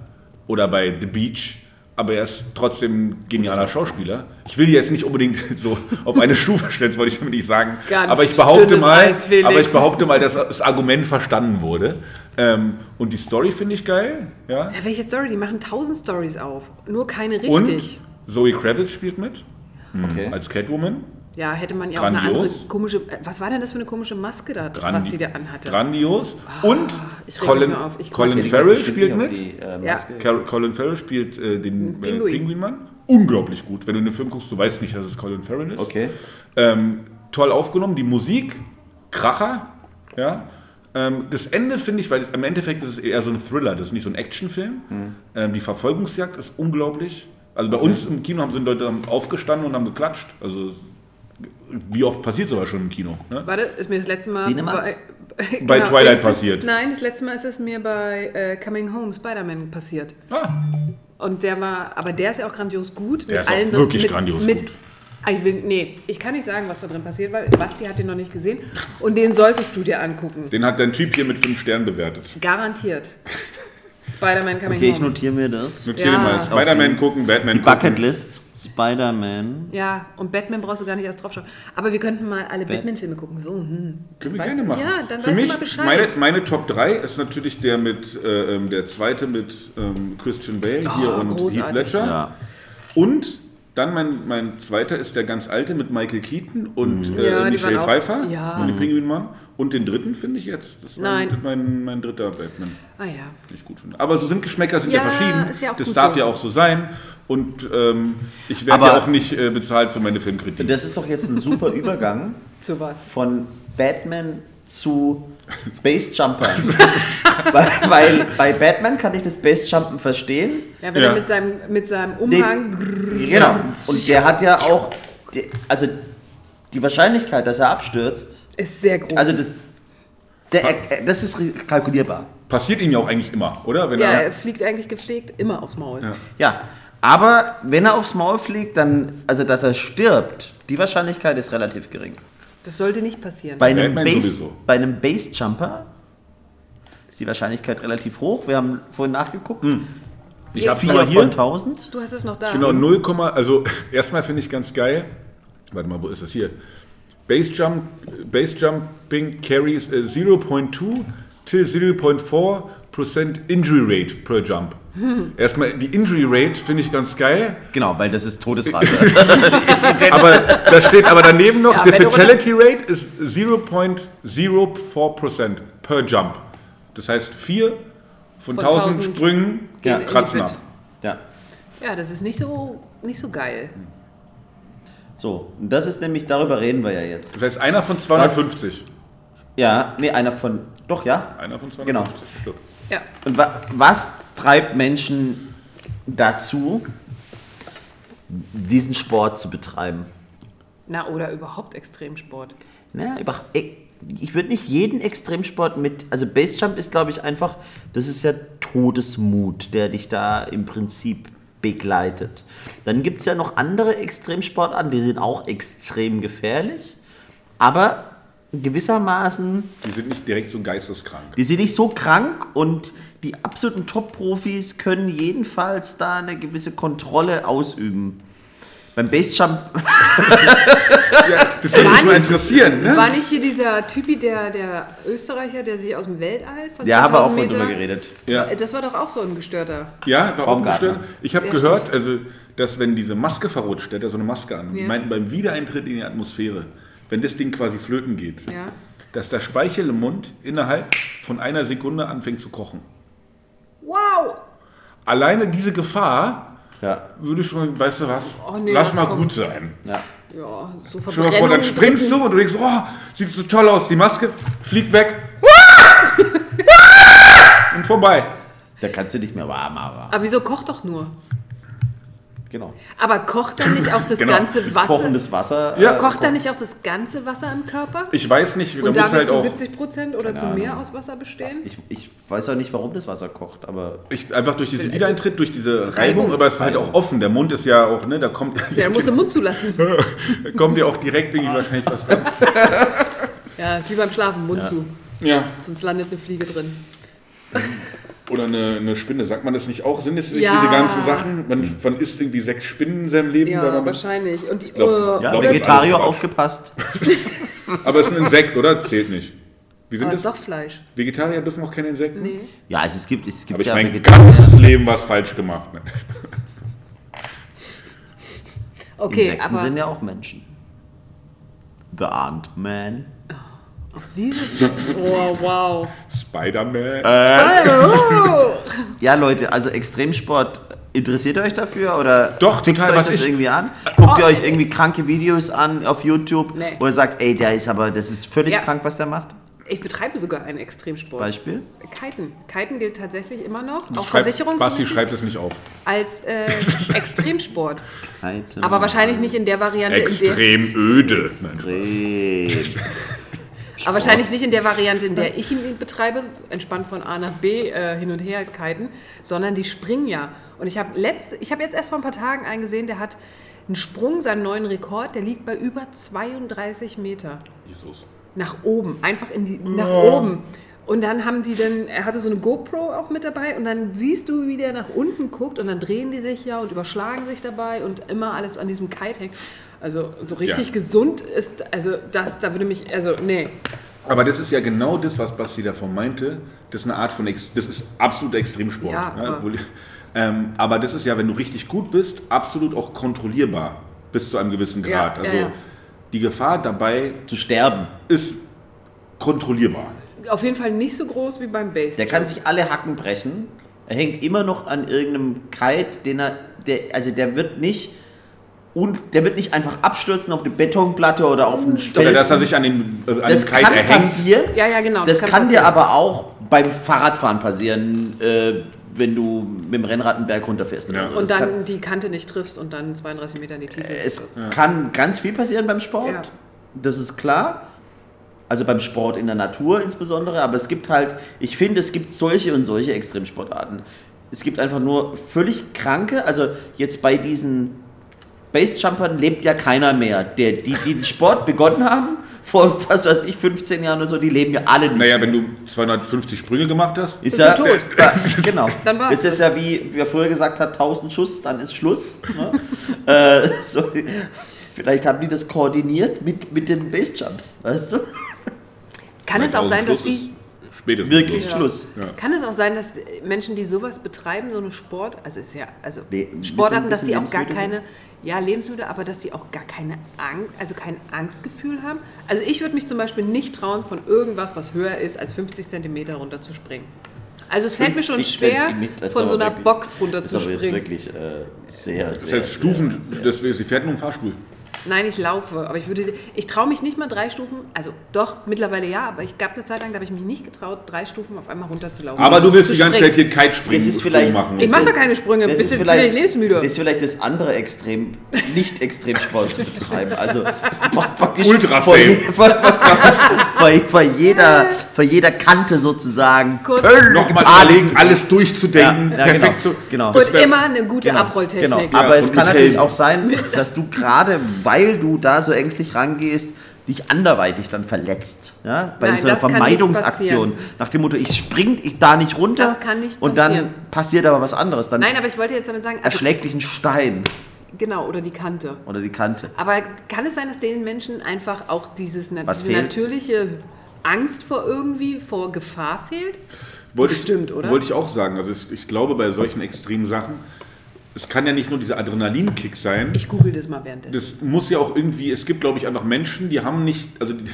[SPEAKER 1] oder bei The Beach, aber er ist trotzdem ein genialer Schauspieler. Ich will die jetzt nicht unbedingt so auf eine Stufe stellen, das wollte ich damit nicht sagen.
[SPEAKER 2] Ganz
[SPEAKER 1] aber ich behaupte
[SPEAKER 2] dünnes
[SPEAKER 1] mal,
[SPEAKER 2] Eis, Felix.
[SPEAKER 1] aber ich behaupte mal, dass das Argument verstanden wurde. Ähm, und die Story finde ich geil, ja.
[SPEAKER 2] Ja, welche Story? Die machen tausend Stories auf. Nur keine
[SPEAKER 1] Und
[SPEAKER 2] richtig.
[SPEAKER 1] Zoe Kravitz spielt mit
[SPEAKER 3] Okay.
[SPEAKER 1] als Catwoman.
[SPEAKER 2] Ja, hätte man ja auch eine
[SPEAKER 1] Grandios.
[SPEAKER 2] andere komische. äh, Was war denn das für eine komische Maske da,
[SPEAKER 1] Grandi-
[SPEAKER 2] was sie da anhatte? Ah,
[SPEAKER 1] Grandios. und
[SPEAKER 2] ich reg's
[SPEAKER 1] Colin,
[SPEAKER 2] mir auf, ich guck
[SPEAKER 1] Colin
[SPEAKER 2] jetzt.
[SPEAKER 1] Farrell spielt mit.
[SPEAKER 3] Die, äh,
[SPEAKER 2] Ja.
[SPEAKER 3] Maske.
[SPEAKER 1] Car- Colin Farrell spielt äh, den äh,
[SPEAKER 2] Hm, Pinguin.
[SPEAKER 1] Pinguinmann. Unglaublich gut. Wenn du in den Film guckst, du weißt nicht, dass es Colin Farrell ist.
[SPEAKER 3] Okay.
[SPEAKER 1] Ähm, toll aufgenommen. Die Musik, Kracher. Ja. Ähm, das Ende finde ich, weil es, im Endeffekt ist es eher so ein Thriller, das ist nicht so ein Actionfilm. Ähm, die Verfolgungsjagd ist unglaublich. Also bei uns im Kino haben sind Leute haben aufgestanden und haben geklatscht. Also es- wie oft passiert sowas schon im Kino? Ne?
[SPEAKER 2] Warte, ist mir das letzte Mal
[SPEAKER 3] Cinemax?
[SPEAKER 2] bei,
[SPEAKER 1] Bei Twilight
[SPEAKER 2] Dings ist-
[SPEAKER 1] passiert.
[SPEAKER 2] Nein, das letzte Mal ist es mir bei äh, Coming Home Spider-Man passiert.
[SPEAKER 1] Ah,
[SPEAKER 2] Und der war, aber der ist ja auch grandios gut.
[SPEAKER 1] Der ist auch wirklich
[SPEAKER 2] mit,
[SPEAKER 1] grandios
[SPEAKER 2] mit,
[SPEAKER 1] gut.
[SPEAKER 2] Ah, Ich will, nee, ich kann nicht sagen, was da drin passiert, weil Basti hat den noch nicht gesehen. Und den solltest du dir angucken.
[SPEAKER 1] den hat dein Typ hier mit fünf Sternen bewertet.
[SPEAKER 2] Garantiert. Spider-Man Coming
[SPEAKER 3] Okay, ich
[SPEAKER 2] Home.
[SPEAKER 3] notiere mir das.
[SPEAKER 1] Notiere
[SPEAKER 2] Ja.
[SPEAKER 1] mal. Spider-Man gucken, Batman gucken.
[SPEAKER 3] Bucketlist, Spider-Man.
[SPEAKER 2] Ja, und Batman brauchst du gar nicht erst draufschauen. Aber wir könnten mal alle Batman-Filme gucken. So, hm.
[SPEAKER 1] Können wir
[SPEAKER 2] Weißt
[SPEAKER 1] gerne
[SPEAKER 2] du-
[SPEAKER 1] machen.
[SPEAKER 2] Ja, dann
[SPEAKER 1] Für
[SPEAKER 2] weißt
[SPEAKER 1] mich,
[SPEAKER 2] du mal Bescheid.
[SPEAKER 1] Meine, meine Top 3 ist natürlich der mit äh, ähm, der zweite mit ähm, Christian Bale
[SPEAKER 2] Oh,
[SPEAKER 1] hier und
[SPEAKER 2] großartig.
[SPEAKER 1] Heath Ledger.
[SPEAKER 3] Ja.
[SPEAKER 1] Und dann mein, mein zweiter ist der ganz alte mit Michael Keaton und
[SPEAKER 3] Mhm.
[SPEAKER 1] äh,
[SPEAKER 2] Ja, die
[SPEAKER 1] Michelle
[SPEAKER 2] waren auch-
[SPEAKER 1] Pfeiffer
[SPEAKER 2] Ja.
[SPEAKER 1] und dem Pinguinmann. Und den dritten finde ich jetzt. Das war
[SPEAKER 2] Nein.
[SPEAKER 1] Mein, mein dritter Batman,
[SPEAKER 2] Ah ja.
[SPEAKER 1] den ich gut finde. Aber so sind Geschmäcker sind ja,
[SPEAKER 2] Ja,
[SPEAKER 1] verschieden.
[SPEAKER 2] ist ja auch
[SPEAKER 1] das
[SPEAKER 2] gut
[SPEAKER 1] darf
[SPEAKER 2] so.
[SPEAKER 1] ja auch so sein. Und ähm, ich werde
[SPEAKER 3] Aber-
[SPEAKER 1] ja auch nicht äh, bezahlt für meine Filmkritik.
[SPEAKER 3] Das ist doch jetzt ein super Übergang
[SPEAKER 2] Zu was?
[SPEAKER 3] von Batman zu Space Jumper. weil, weil bei Batman kann ich das Space Jumpen verstehen.
[SPEAKER 2] Ja, wenn
[SPEAKER 1] Ja.
[SPEAKER 2] er mit seinem, mit seinem
[SPEAKER 3] Den-
[SPEAKER 2] Umhang. grrr,
[SPEAKER 3] Genau. Und der hat ja auch, der- also die Wahrscheinlichkeit, dass er abstürzt,
[SPEAKER 2] Ist sehr groß.
[SPEAKER 3] also das, der, äh, das ist re- kalkulierbar.
[SPEAKER 1] Passiert ihm ja auch eigentlich immer, oder? Wenn
[SPEAKER 2] ja, äh,
[SPEAKER 1] er-
[SPEAKER 2] er fliegt eigentlich gepflegt immer aufs Maul.
[SPEAKER 1] Ja.
[SPEAKER 3] Ja, aber wenn er aufs Maul fliegt, dann, also dass er stirbt, die Wahrscheinlichkeit ist relativ gering.
[SPEAKER 2] Das sollte nicht passieren.
[SPEAKER 3] Bei einem,
[SPEAKER 1] Batman
[SPEAKER 3] Base,
[SPEAKER 1] sowieso.
[SPEAKER 3] bei einem Base-Jumper ist die Wahrscheinlichkeit relativ hoch. Wir haben vorhin nachgeguckt.
[SPEAKER 1] ich habe
[SPEAKER 3] Zwei
[SPEAKER 1] mal
[SPEAKER 3] von
[SPEAKER 1] hier.
[SPEAKER 3] 1000.
[SPEAKER 2] du hast es noch da.
[SPEAKER 1] Genau, 0, also erstmal finde ich ganz geil. Warte mal, wo ist das hier? Base, Jump, Base Jumping carries äh, a 0.2 till 0.4% Injury Rate per Jump.
[SPEAKER 2] Hm.
[SPEAKER 1] Erstmal die Injury Rate finde ich ganz geil,
[SPEAKER 3] Genau, weil das ist Todesrate.
[SPEAKER 1] aber da steht aber daneben noch,
[SPEAKER 2] Ja,
[SPEAKER 1] the
[SPEAKER 2] wenn du
[SPEAKER 1] Fatality Rate ist 0.04% per Jump. Das heißt, 4 von
[SPEAKER 2] Von
[SPEAKER 1] 1000
[SPEAKER 2] 1000
[SPEAKER 1] Sprüngen
[SPEAKER 2] gehen in die
[SPEAKER 1] kratzen
[SPEAKER 2] Pit.
[SPEAKER 1] ab.
[SPEAKER 3] ja.
[SPEAKER 2] Ja, das ist nicht so, nicht so geil.
[SPEAKER 1] Hm.
[SPEAKER 3] So, und das ist nämlich, darüber reden wir ja jetzt.
[SPEAKER 1] Das heißt, einer von 250.
[SPEAKER 3] Ja, nee, einer von, doch, ja.
[SPEAKER 1] Einer von 250
[SPEAKER 3] Genau.
[SPEAKER 1] stirbt.
[SPEAKER 2] Ja.
[SPEAKER 3] Und wa was treibt Menschen dazu, diesen Sport zu betreiben?
[SPEAKER 2] Na, oder überhaupt Extremsport.
[SPEAKER 3] Naja, über, Ne? ich würde nicht jeden Extremsport mit. Also Basejump ist, glaube ich, einfach, das ist ja Todesmut, der dich da im Prinzip begleitet. Dann gibt es ja noch andere Extremsportarten, die sind auch extrem gefährlich, aber gewissermaßen,
[SPEAKER 1] Die sind nicht direkt so geisteskrank.
[SPEAKER 3] die sind nicht so krank und die absoluten Top-Profis können jedenfalls da eine gewisse Kontrolle ausüben. Beim Basejump
[SPEAKER 1] Das würde mich mal interessieren.
[SPEAKER 2] War
[SPEAKER 1] Ne?
[SPEAKER 2] nicht hier dieser Typi, der, der Österreicher, der sich aus dem Weltall von
[SPEAKER 3] Ja, haben wir
[SPEAKER 2] 10.000
[SPEAKER 3] auch vorhin
[SPEAKER 2] Meter-
[SPEAKER 3] drüber geredet.
[SPEAKER 1] Ja,
[SPEAKER 2] Das war doch auch so ein gestörter.
[SPEAKER 1] ja war auch
[SPEAKER 3] Baumgartner.
[SPEAKER 1] gestört. Ich habe
[SPEAKER 2] Ja,
[SPEAKER 1] gehört, also, dass wenn diese Maske verrutscht, der hat ja so eine Maske an, die
[SPEAKER 2] Ja.
[SPEAKER 1] meinten beim Wiedereintritt in die Atmosphäre, wenn das Ding quasi flöten geht,
[SPEAKER 2] Ja.
[SPEAKER 1] dass der Speichel im Mund innerhalb von einer Sekunde anfängt zu kochen.
[SPEAKER 2] Wow!
[SPEAKER 1] Alleine diese Gefahr
[SPEAKER 3] Ja.
[SPEAKER 1] würde schon, weißt du was,
[SPEAKER 2] Oh nee,
[SPEAKER 1] lass
[SPEAKER 2] was
[SPEAKER 1] mal
[SPEAKER 2] kommt?
[SPEAKER 1] gut sein.
[SPEAKER 3] ja.
[SPEAKER 2] Ja, so
[SPEAKER 1] Stell dir mal vor,
[SPEAKER 2] Verbrennung.
[SPEAKER 1] dann springst du und du denkst, oh, sieht so toll aus, die Maske fliegt weg. Und vorbei.
[SPEAKER 3] Da kannst du nicht mehr warm, aber.
[SPEAKER 2] Aber wieso kocht doch nur?
[SPEAKER 3] Genau.
[SPEAKER 2] Aber kocht dann nicht auch das
[SPEAKER 1] Genau.
[SPEAKER 2] ganze Wasser?
[SPEAKER 3] Kochendes Wasser. äh,
[SPEAKER 1] Ja.
[SPEAKER 2] Kocht dann nicht auch das ganze Wasser im Körper?
[SPEAKER 1] Ich weiß nicht, da
[SPEAKER 2] Und
[SPEAKER 1] muss
[SPEAKER 2] damit
[SPEAKER 1] halt
[SPEAKER 2] zu
[SPEAKER 1] auch.
[SPEAKER 2] 70 Prozent oder zu mehr aus Wasser bestehen?
[SPEAKER 3] Ich, ich weiß auch nicht, warum das Wasser kocht, aber
[SPEAKER 1] Ich, einfach durch diesen Wiedereintritt, durch diese Reibung,
[SPEAKER 2] Äh, Reibung.
[SPEAKER 1] aber es war halt auch offen. Der Mund ist ja auch, ne, da kommt,
[SPEAKER 2] Ja, dann musst du Mund zulassen.
[SPEAKER 1] kommt ja auch direkt irgendwie wahrscheinlich was rein.
[SPEAKER 2] Ja, ist wie beim Schlafen, Mund zu.
[SPEAKER 1] Ja.
[SPEAKER 2] Sonst landet eine Fliege drin.
[SPEAKER 1] Oder eine, eine Spinne, sagt man das nicht auch? Sind es nicht
[SPEAKER 2] Ja.
[SPEAKER 1] diese ganzen Sachen? Man, man isst irgendwie sechs Spinnen in seinem Leben. weil
[SPEAKER 2] Ja,
[SPEAKER 1] man,
[SPEAKER 2] wahrscheinlich. Und die,
[SPEAKER 1] glaub, das-
[SPEAKER 2] äh,
[SPEAKER 1] ja,
[SPEAKER 3] ja,
[SPEAKER 1] aber
[SPEAKER 2] oder
[SPEAKER 1] das ist alles
[SPEAKER 3] Vegetarier
[SPEAKER 1] Quatsch.
[SPEAKER 3] aufgepasst.
[SPEAKER 1] Aber es ist ein Insekt, oder? Zählt nicht. Wie sind
[SPEAKER 2] aber
[SPEAKER 1] das?
[SPEAKER 2] ist doch Fleisch.
[SPEAKER 1] Vegetarier dürfen auch keine Insekten? Nee.
[SPEAKER 3] Ja, also es gibt, es gibt
[SPEAKER 1] Aber ich
[SPEAKER 3] ja
[SPEAKER 1] mein
[SPEAKER 3] Vegetarier.
[SPEAKER 1] ganzes Leben was falsch gemacht. Ne?
[SPEAKER 2] Okay,
[SPEAKER 3] Insekten
[SPEAKER 2] aber
[SPEAKER 3] sind ja auch Menschen. The Ant-Man.
[SPEAKER 2] dieses. Oh, wow.
[SPEAKER 1] Spider-Man.
[SPEAKER 2] Äh, Hallo!
[SPEAKER 3] Ja, Leute, also Extremsport, interessiert ihr euch dafür oder
[SPEAKER 1] Doch,
[SPEAKER 3] fixt
[SPEAKER 1] total,
[SPEAKER 3] euch
[SPEAKER 1] was
[SPEAKER 3] das
[SPEAKER 1] ich-
[SPEAKER 3] irgendwie an? Guckt ihr
[SPEAKER 2] Oh,
[SPEAKER 3] euch
[SPEAKER 2] ey.
[SPEAKER 3] irgendwie kranke Videos an auf YouTube,
[SPEAKER 2] Nee.
[SPEAKER 3] wo ihr sagt, ey, der ist aber, das ist völlig
[SPEAKER 2] Ja.
[SPEAKER 3] krank, was der macht?
[SPEAKER 2] Ich betreibe sogar einen Extremsport.
[SPEAKER 3] Beispiel?
[SPEAKER 2] Kiten. Kiten gilt tatsächlich immer noch, auch
[SPEAKER 1] Schreibt- Basti
[SPEAKER 2] versicherungsmäßig,
[SPEAKER 1] schreibt es nicht auf.
[SPEAKER 2] als äh, Extremsport.
[SPEAKER 3] Titan.
[SPEAKER 2] Aber wahrscheinlich nicht in der Variante, in der,
[SPEAKER 1] Extrem öde. Nein,
[SPEAKER 3] Dreh.
[SPEAKER 2] aber wahrscheinlich nicht in der Variante, in der ich ihn betreibe, entspannt von A nach B äh, hin und her kiten, sondern die springen ja. Und ich habe letzt, ich habe jetzt erst vor ein paar Tagen einen gesehen, der hat einen Sprung, seinen neuen Rekord, der liegt bei über 32 Meter
[SPEAKER 1] Jesus.
[SPEAKER 2] nach oben, einfach in die nach
[SPEAKER 1] Ja.
[SPEAKER 2] oben. Und dann haben die dann, er hatte so eine GoPro auch mit dabei und dann siehst du, wie der nach unten guckt und dann drehen die sich ja und überschlagen sich dabei und immer alles an diesem Kite hängt. Also so richtig
[SPEAKER 1] Ja.
[SPEAKER 2] gesund ist, also das, da würde mich, also nee.
[SPEAKER 1] Aber das ist ja genau das, was Basti davon meinte. Das ist eine Art von, Ex das ist absolut Extremsport.
[SPEAKER 2] Ja,
[SPEAKER 1] ne?
[SPEAKER 2] aber-
[SPEAKER 1] Wohl- ähm, aber das ist ja, wenn du richtig gut bist, absolut auch kontrollierbar bis zu einem gewissen
[SPEAKER 2] Ja,
[SPEAKER 1] Grad.
[SPEAKER 2] ja,
[SPEAKER 1] also
[SPEAKER 2] ja.
[SPEAKER 1] die Gefahr dabei
[SPEAKER 3] Zu sterben.
[SPEAKER 1] ist kontrollierbar.
[SPEAKER 2] Auf jeden Fall nicht so groß wie beim Bass.
[SPEAKER 3] Der kann sich alle Hacken brechen. Er hängt immer noch an irgendeinem Kite, den er, der, also der wird nicht, und der wird nicht einfach abstürzen auf eine Betonplatte oder auf einen Stelzen.
[SPEAKER 1] Oder dass er sich an den, äh, an
[SPEAKER 3] das
[SPEAKER 1] den Kite
[SPEAKER 3] kann
[SPEAKER 1] erhängt.
[SPEAKER 3] passieren.
[SPEAKER 2] Ja, ja, genau, das
[SPEAKER 3] Das,
[SPEAKER 2] kann
[SPEAKER 3] kann, dir
[SPEAKER 2] passieren.
[SPEAKER 3] aber auch beim Fahrradfahren passieren, äh, wenn du mit dem Rennrad einen Berg runterfährst. oder
[SPEAKER 1] Ja.
[SPEAKER 3] so.
[SPEAKER 2] und
[SPEAKER 3] das
[SPEAKER 2] dann
[SPEAKER 3] kann,
[SPEAKER 2] die Kante nicht triffst und dann 32 Meter in die Tiefe.
[SPEAKER 3] es kann ganz viel passieren beim Sport.
[SPEAKER 2] Ja.
[SPEAKER 3] Das ist klar. Also beim Sport in der Natur insbesondere. Aber es gibt halt, ich finde, es gibt solche und solche Extremsportarten. Es gibt einfach nur völlig kranke, also jetzt bei diesen Basejumpern lebt ja keiner mehr. Der, die, die den Sport begonnen haben, vor was weiß ich, 15 Jahren oder so, die leben ja alle nicht
[SPEAKER 1] Naja, wenn du 250 Sprünge gemacht hast,
[SPEAKER 3] ist
[SPEAKER 2] Ist
[SPEAKER 3] ja
[SPEAKER 2] er tot?
[SPEAKER 3] Ja, genau.
[SPEAKER 2] Dann war's
[SPEAKER 3] Es ist ja wie, wie er früher gesagt hat, 1000 Schuss, dann ist Schluss. Ne? äh, so, vielleicht haben die das koordiniert mit, mit den Basejumps, weißt du?
[SPEAKER 2] Kann es auch sein, dass die
[SPEAKER 1] Spätestens
[SPEAKER 3] Wirklich
[SPEAKER 1] Schluss.
[SPEAKER 3] Schluss.
[SPEAKER 1] Ja.
[SPEAKER 2] Kann es auch sein, dass Menschen, die sowas betreiben, so eine Sport, also ist ja, also
[SPEAKER 3] Nee, ein bisschen-
[SPEAKER 2] Sportarten, dass die
[SPEAKER 3] bisschen
[SPEAKER 2] auch gar
[SPEAKER 3] lebensmüde
[SPEAKER 2] keine, ja, lebensmüde, aber dass die auch gar keine Angst, also kein Angstgefühl haben? Also ich würde mich zum Beispiel nicht trauen, von irgendwas, was höher ist, als 50 Zentimeter runterzuspringen. Also es fällt mir schon
[SPEAKER 3] 50
[SPEAKER 2] schwer,
[SPEAKER 3] Zentimeter, ist
[SPEAKER 2] von
[SPEAKER 3] aber
[SPEAKER 2] so einer
[SPEAKER 3] wirklich-
[SPEAKER 2] Box
[SPEAKER 3] Das ist aber jetzt
[SPEAKER 2] runterzuspringen.
[SPEAKER 3] wirklich äh, sehr, sehr.
[SPEAKER 1] Das heißt, Stufen, das ist, sie fährt nur im Fahrstuhl.
[SPEAKER 2] Nein, ich laufe, aber ich würde, ich traue mich nicht mal drei Stufen, also doch, mittlerweile ja, aber ich gab eine Zeit lang, da habe ich mich nicht getraut, drei Stufen auf einmal runterzulaufen.
[SPEAKER 1] Aber du willst
[SPEAKER 2] Zu
[SPEAKER 1] die ganze
[SPEAKER 2] springen.
[SPEAKER 1] Zeit hier Kite springen
[SPEAKER 3] Es ist vielleicht-
[SPEAKER 1] machen.
[SPEAKER 2] Ich mache
[SPEAKER 3] Das
[SPEAKER 2] da
[SPEAKER 3] ist-
[SPEAKER 2] keine Sprünge,
[SPEAKER 3] Das
[SPEAKER 2] bitte
[SPEAKER 3] ist
[SPEAKER 2] bin
[SPEAKER 3] vielleicht,
[SPEAKER 2] ich lebensmüde.
[SPEAKER 3] Das ist vielleicht das andere Extrem, nicht Extremsport zu betreiben. Also pra- praktisch
[SPEAKER 1] Ultra
[SPEAKER 3] vor,
[SPEAKER 1] safe.
[SPEAKER 3] je- vor, vor, vor, vor, jeder, vor jeder Kante sozusagen.
[SPEAKER 2] Kurz-
[SPEAKER 1] Nochmal
[SPEAKER 3] Ah,
[SPEAKER 1] überlegen, alles durchzudenken,
[SPEAKER 3] Ja, ja,
[SPEAKER 1] perfekt
[SPEAKER 3] genau,
[SPEAKER 1] zu.
[SPEAKER 3] genau.
[SPEAKER 1] Das
[SPEAKER 2] Und
[SPEAKER 1] wär-
[SPEAKER 2] immer eine gute Abrolltechnik.
[SPEAKER 3] Genau.
[SPEAKER 1] Ja,
[SPEAKER 3] Aber es
[SPEAKER 1] und
[SPEAKER 3] kann
[SPEAKER 1] mit
[SPEAKER 3] natürlich
[SPEAKER 1] Helm.
[SPEAKER 3] auch sein, dass du gerade, weil du da so ängstlich rangehst, dich anderweitig dann verletzt. Ja? Bei
[SPEAKER 2] Nein,
[SPEAKER 3] so einer
[SPEAKER 2] das kann nicht
[SPEAKER 3] Vermeidungsaktion. Nach dem Motto, ich spring ich da nicht runter.
[SPEAKER 2] Das kann nicht
[SPEAKER 3] Und
[SPEAKER 2] passieren.
[SPEAKER 3] dann passiert aber was anderes. Dann
[SPEAKER 2] Nein, aber ich wollte jetzt damit sagen, also,
[SPEAKER 3] erschlägt dich ein Stein
[SPEAKER 2] genau, oder die Kante.
[SPEAKER 3] oder die Kante.
[SPEAKER 2] Aber kann es sein, dass den Menschen einfach auch dieses nat
[SPEAKER 3] Was
[SPEAKER 2] diese
[SPEAKER 3] fehlt?
[SPEAKER 2] natürliche Angst vor irgendwie, vor Gefahr fehlt?
[SPEAKER 1] Wollte
[SPEAKER 2] Bestimmt,
[SPEAKER 1] ich,
[SPEAKER 2] oder?
[SPEAKER 1] Wollte ich auch sagen. Also es- ich glaube, bei solchen extremen Sachen, es kann ja nicht nur dieser Adrenalinkick sein.
[SPEAKER 2] Ich google das mal währenddessen.
[SPEAKER 1] das muss ja auch irgendwie, es gibt, glaube ich, einfach Menschen, die haben nicht, also die,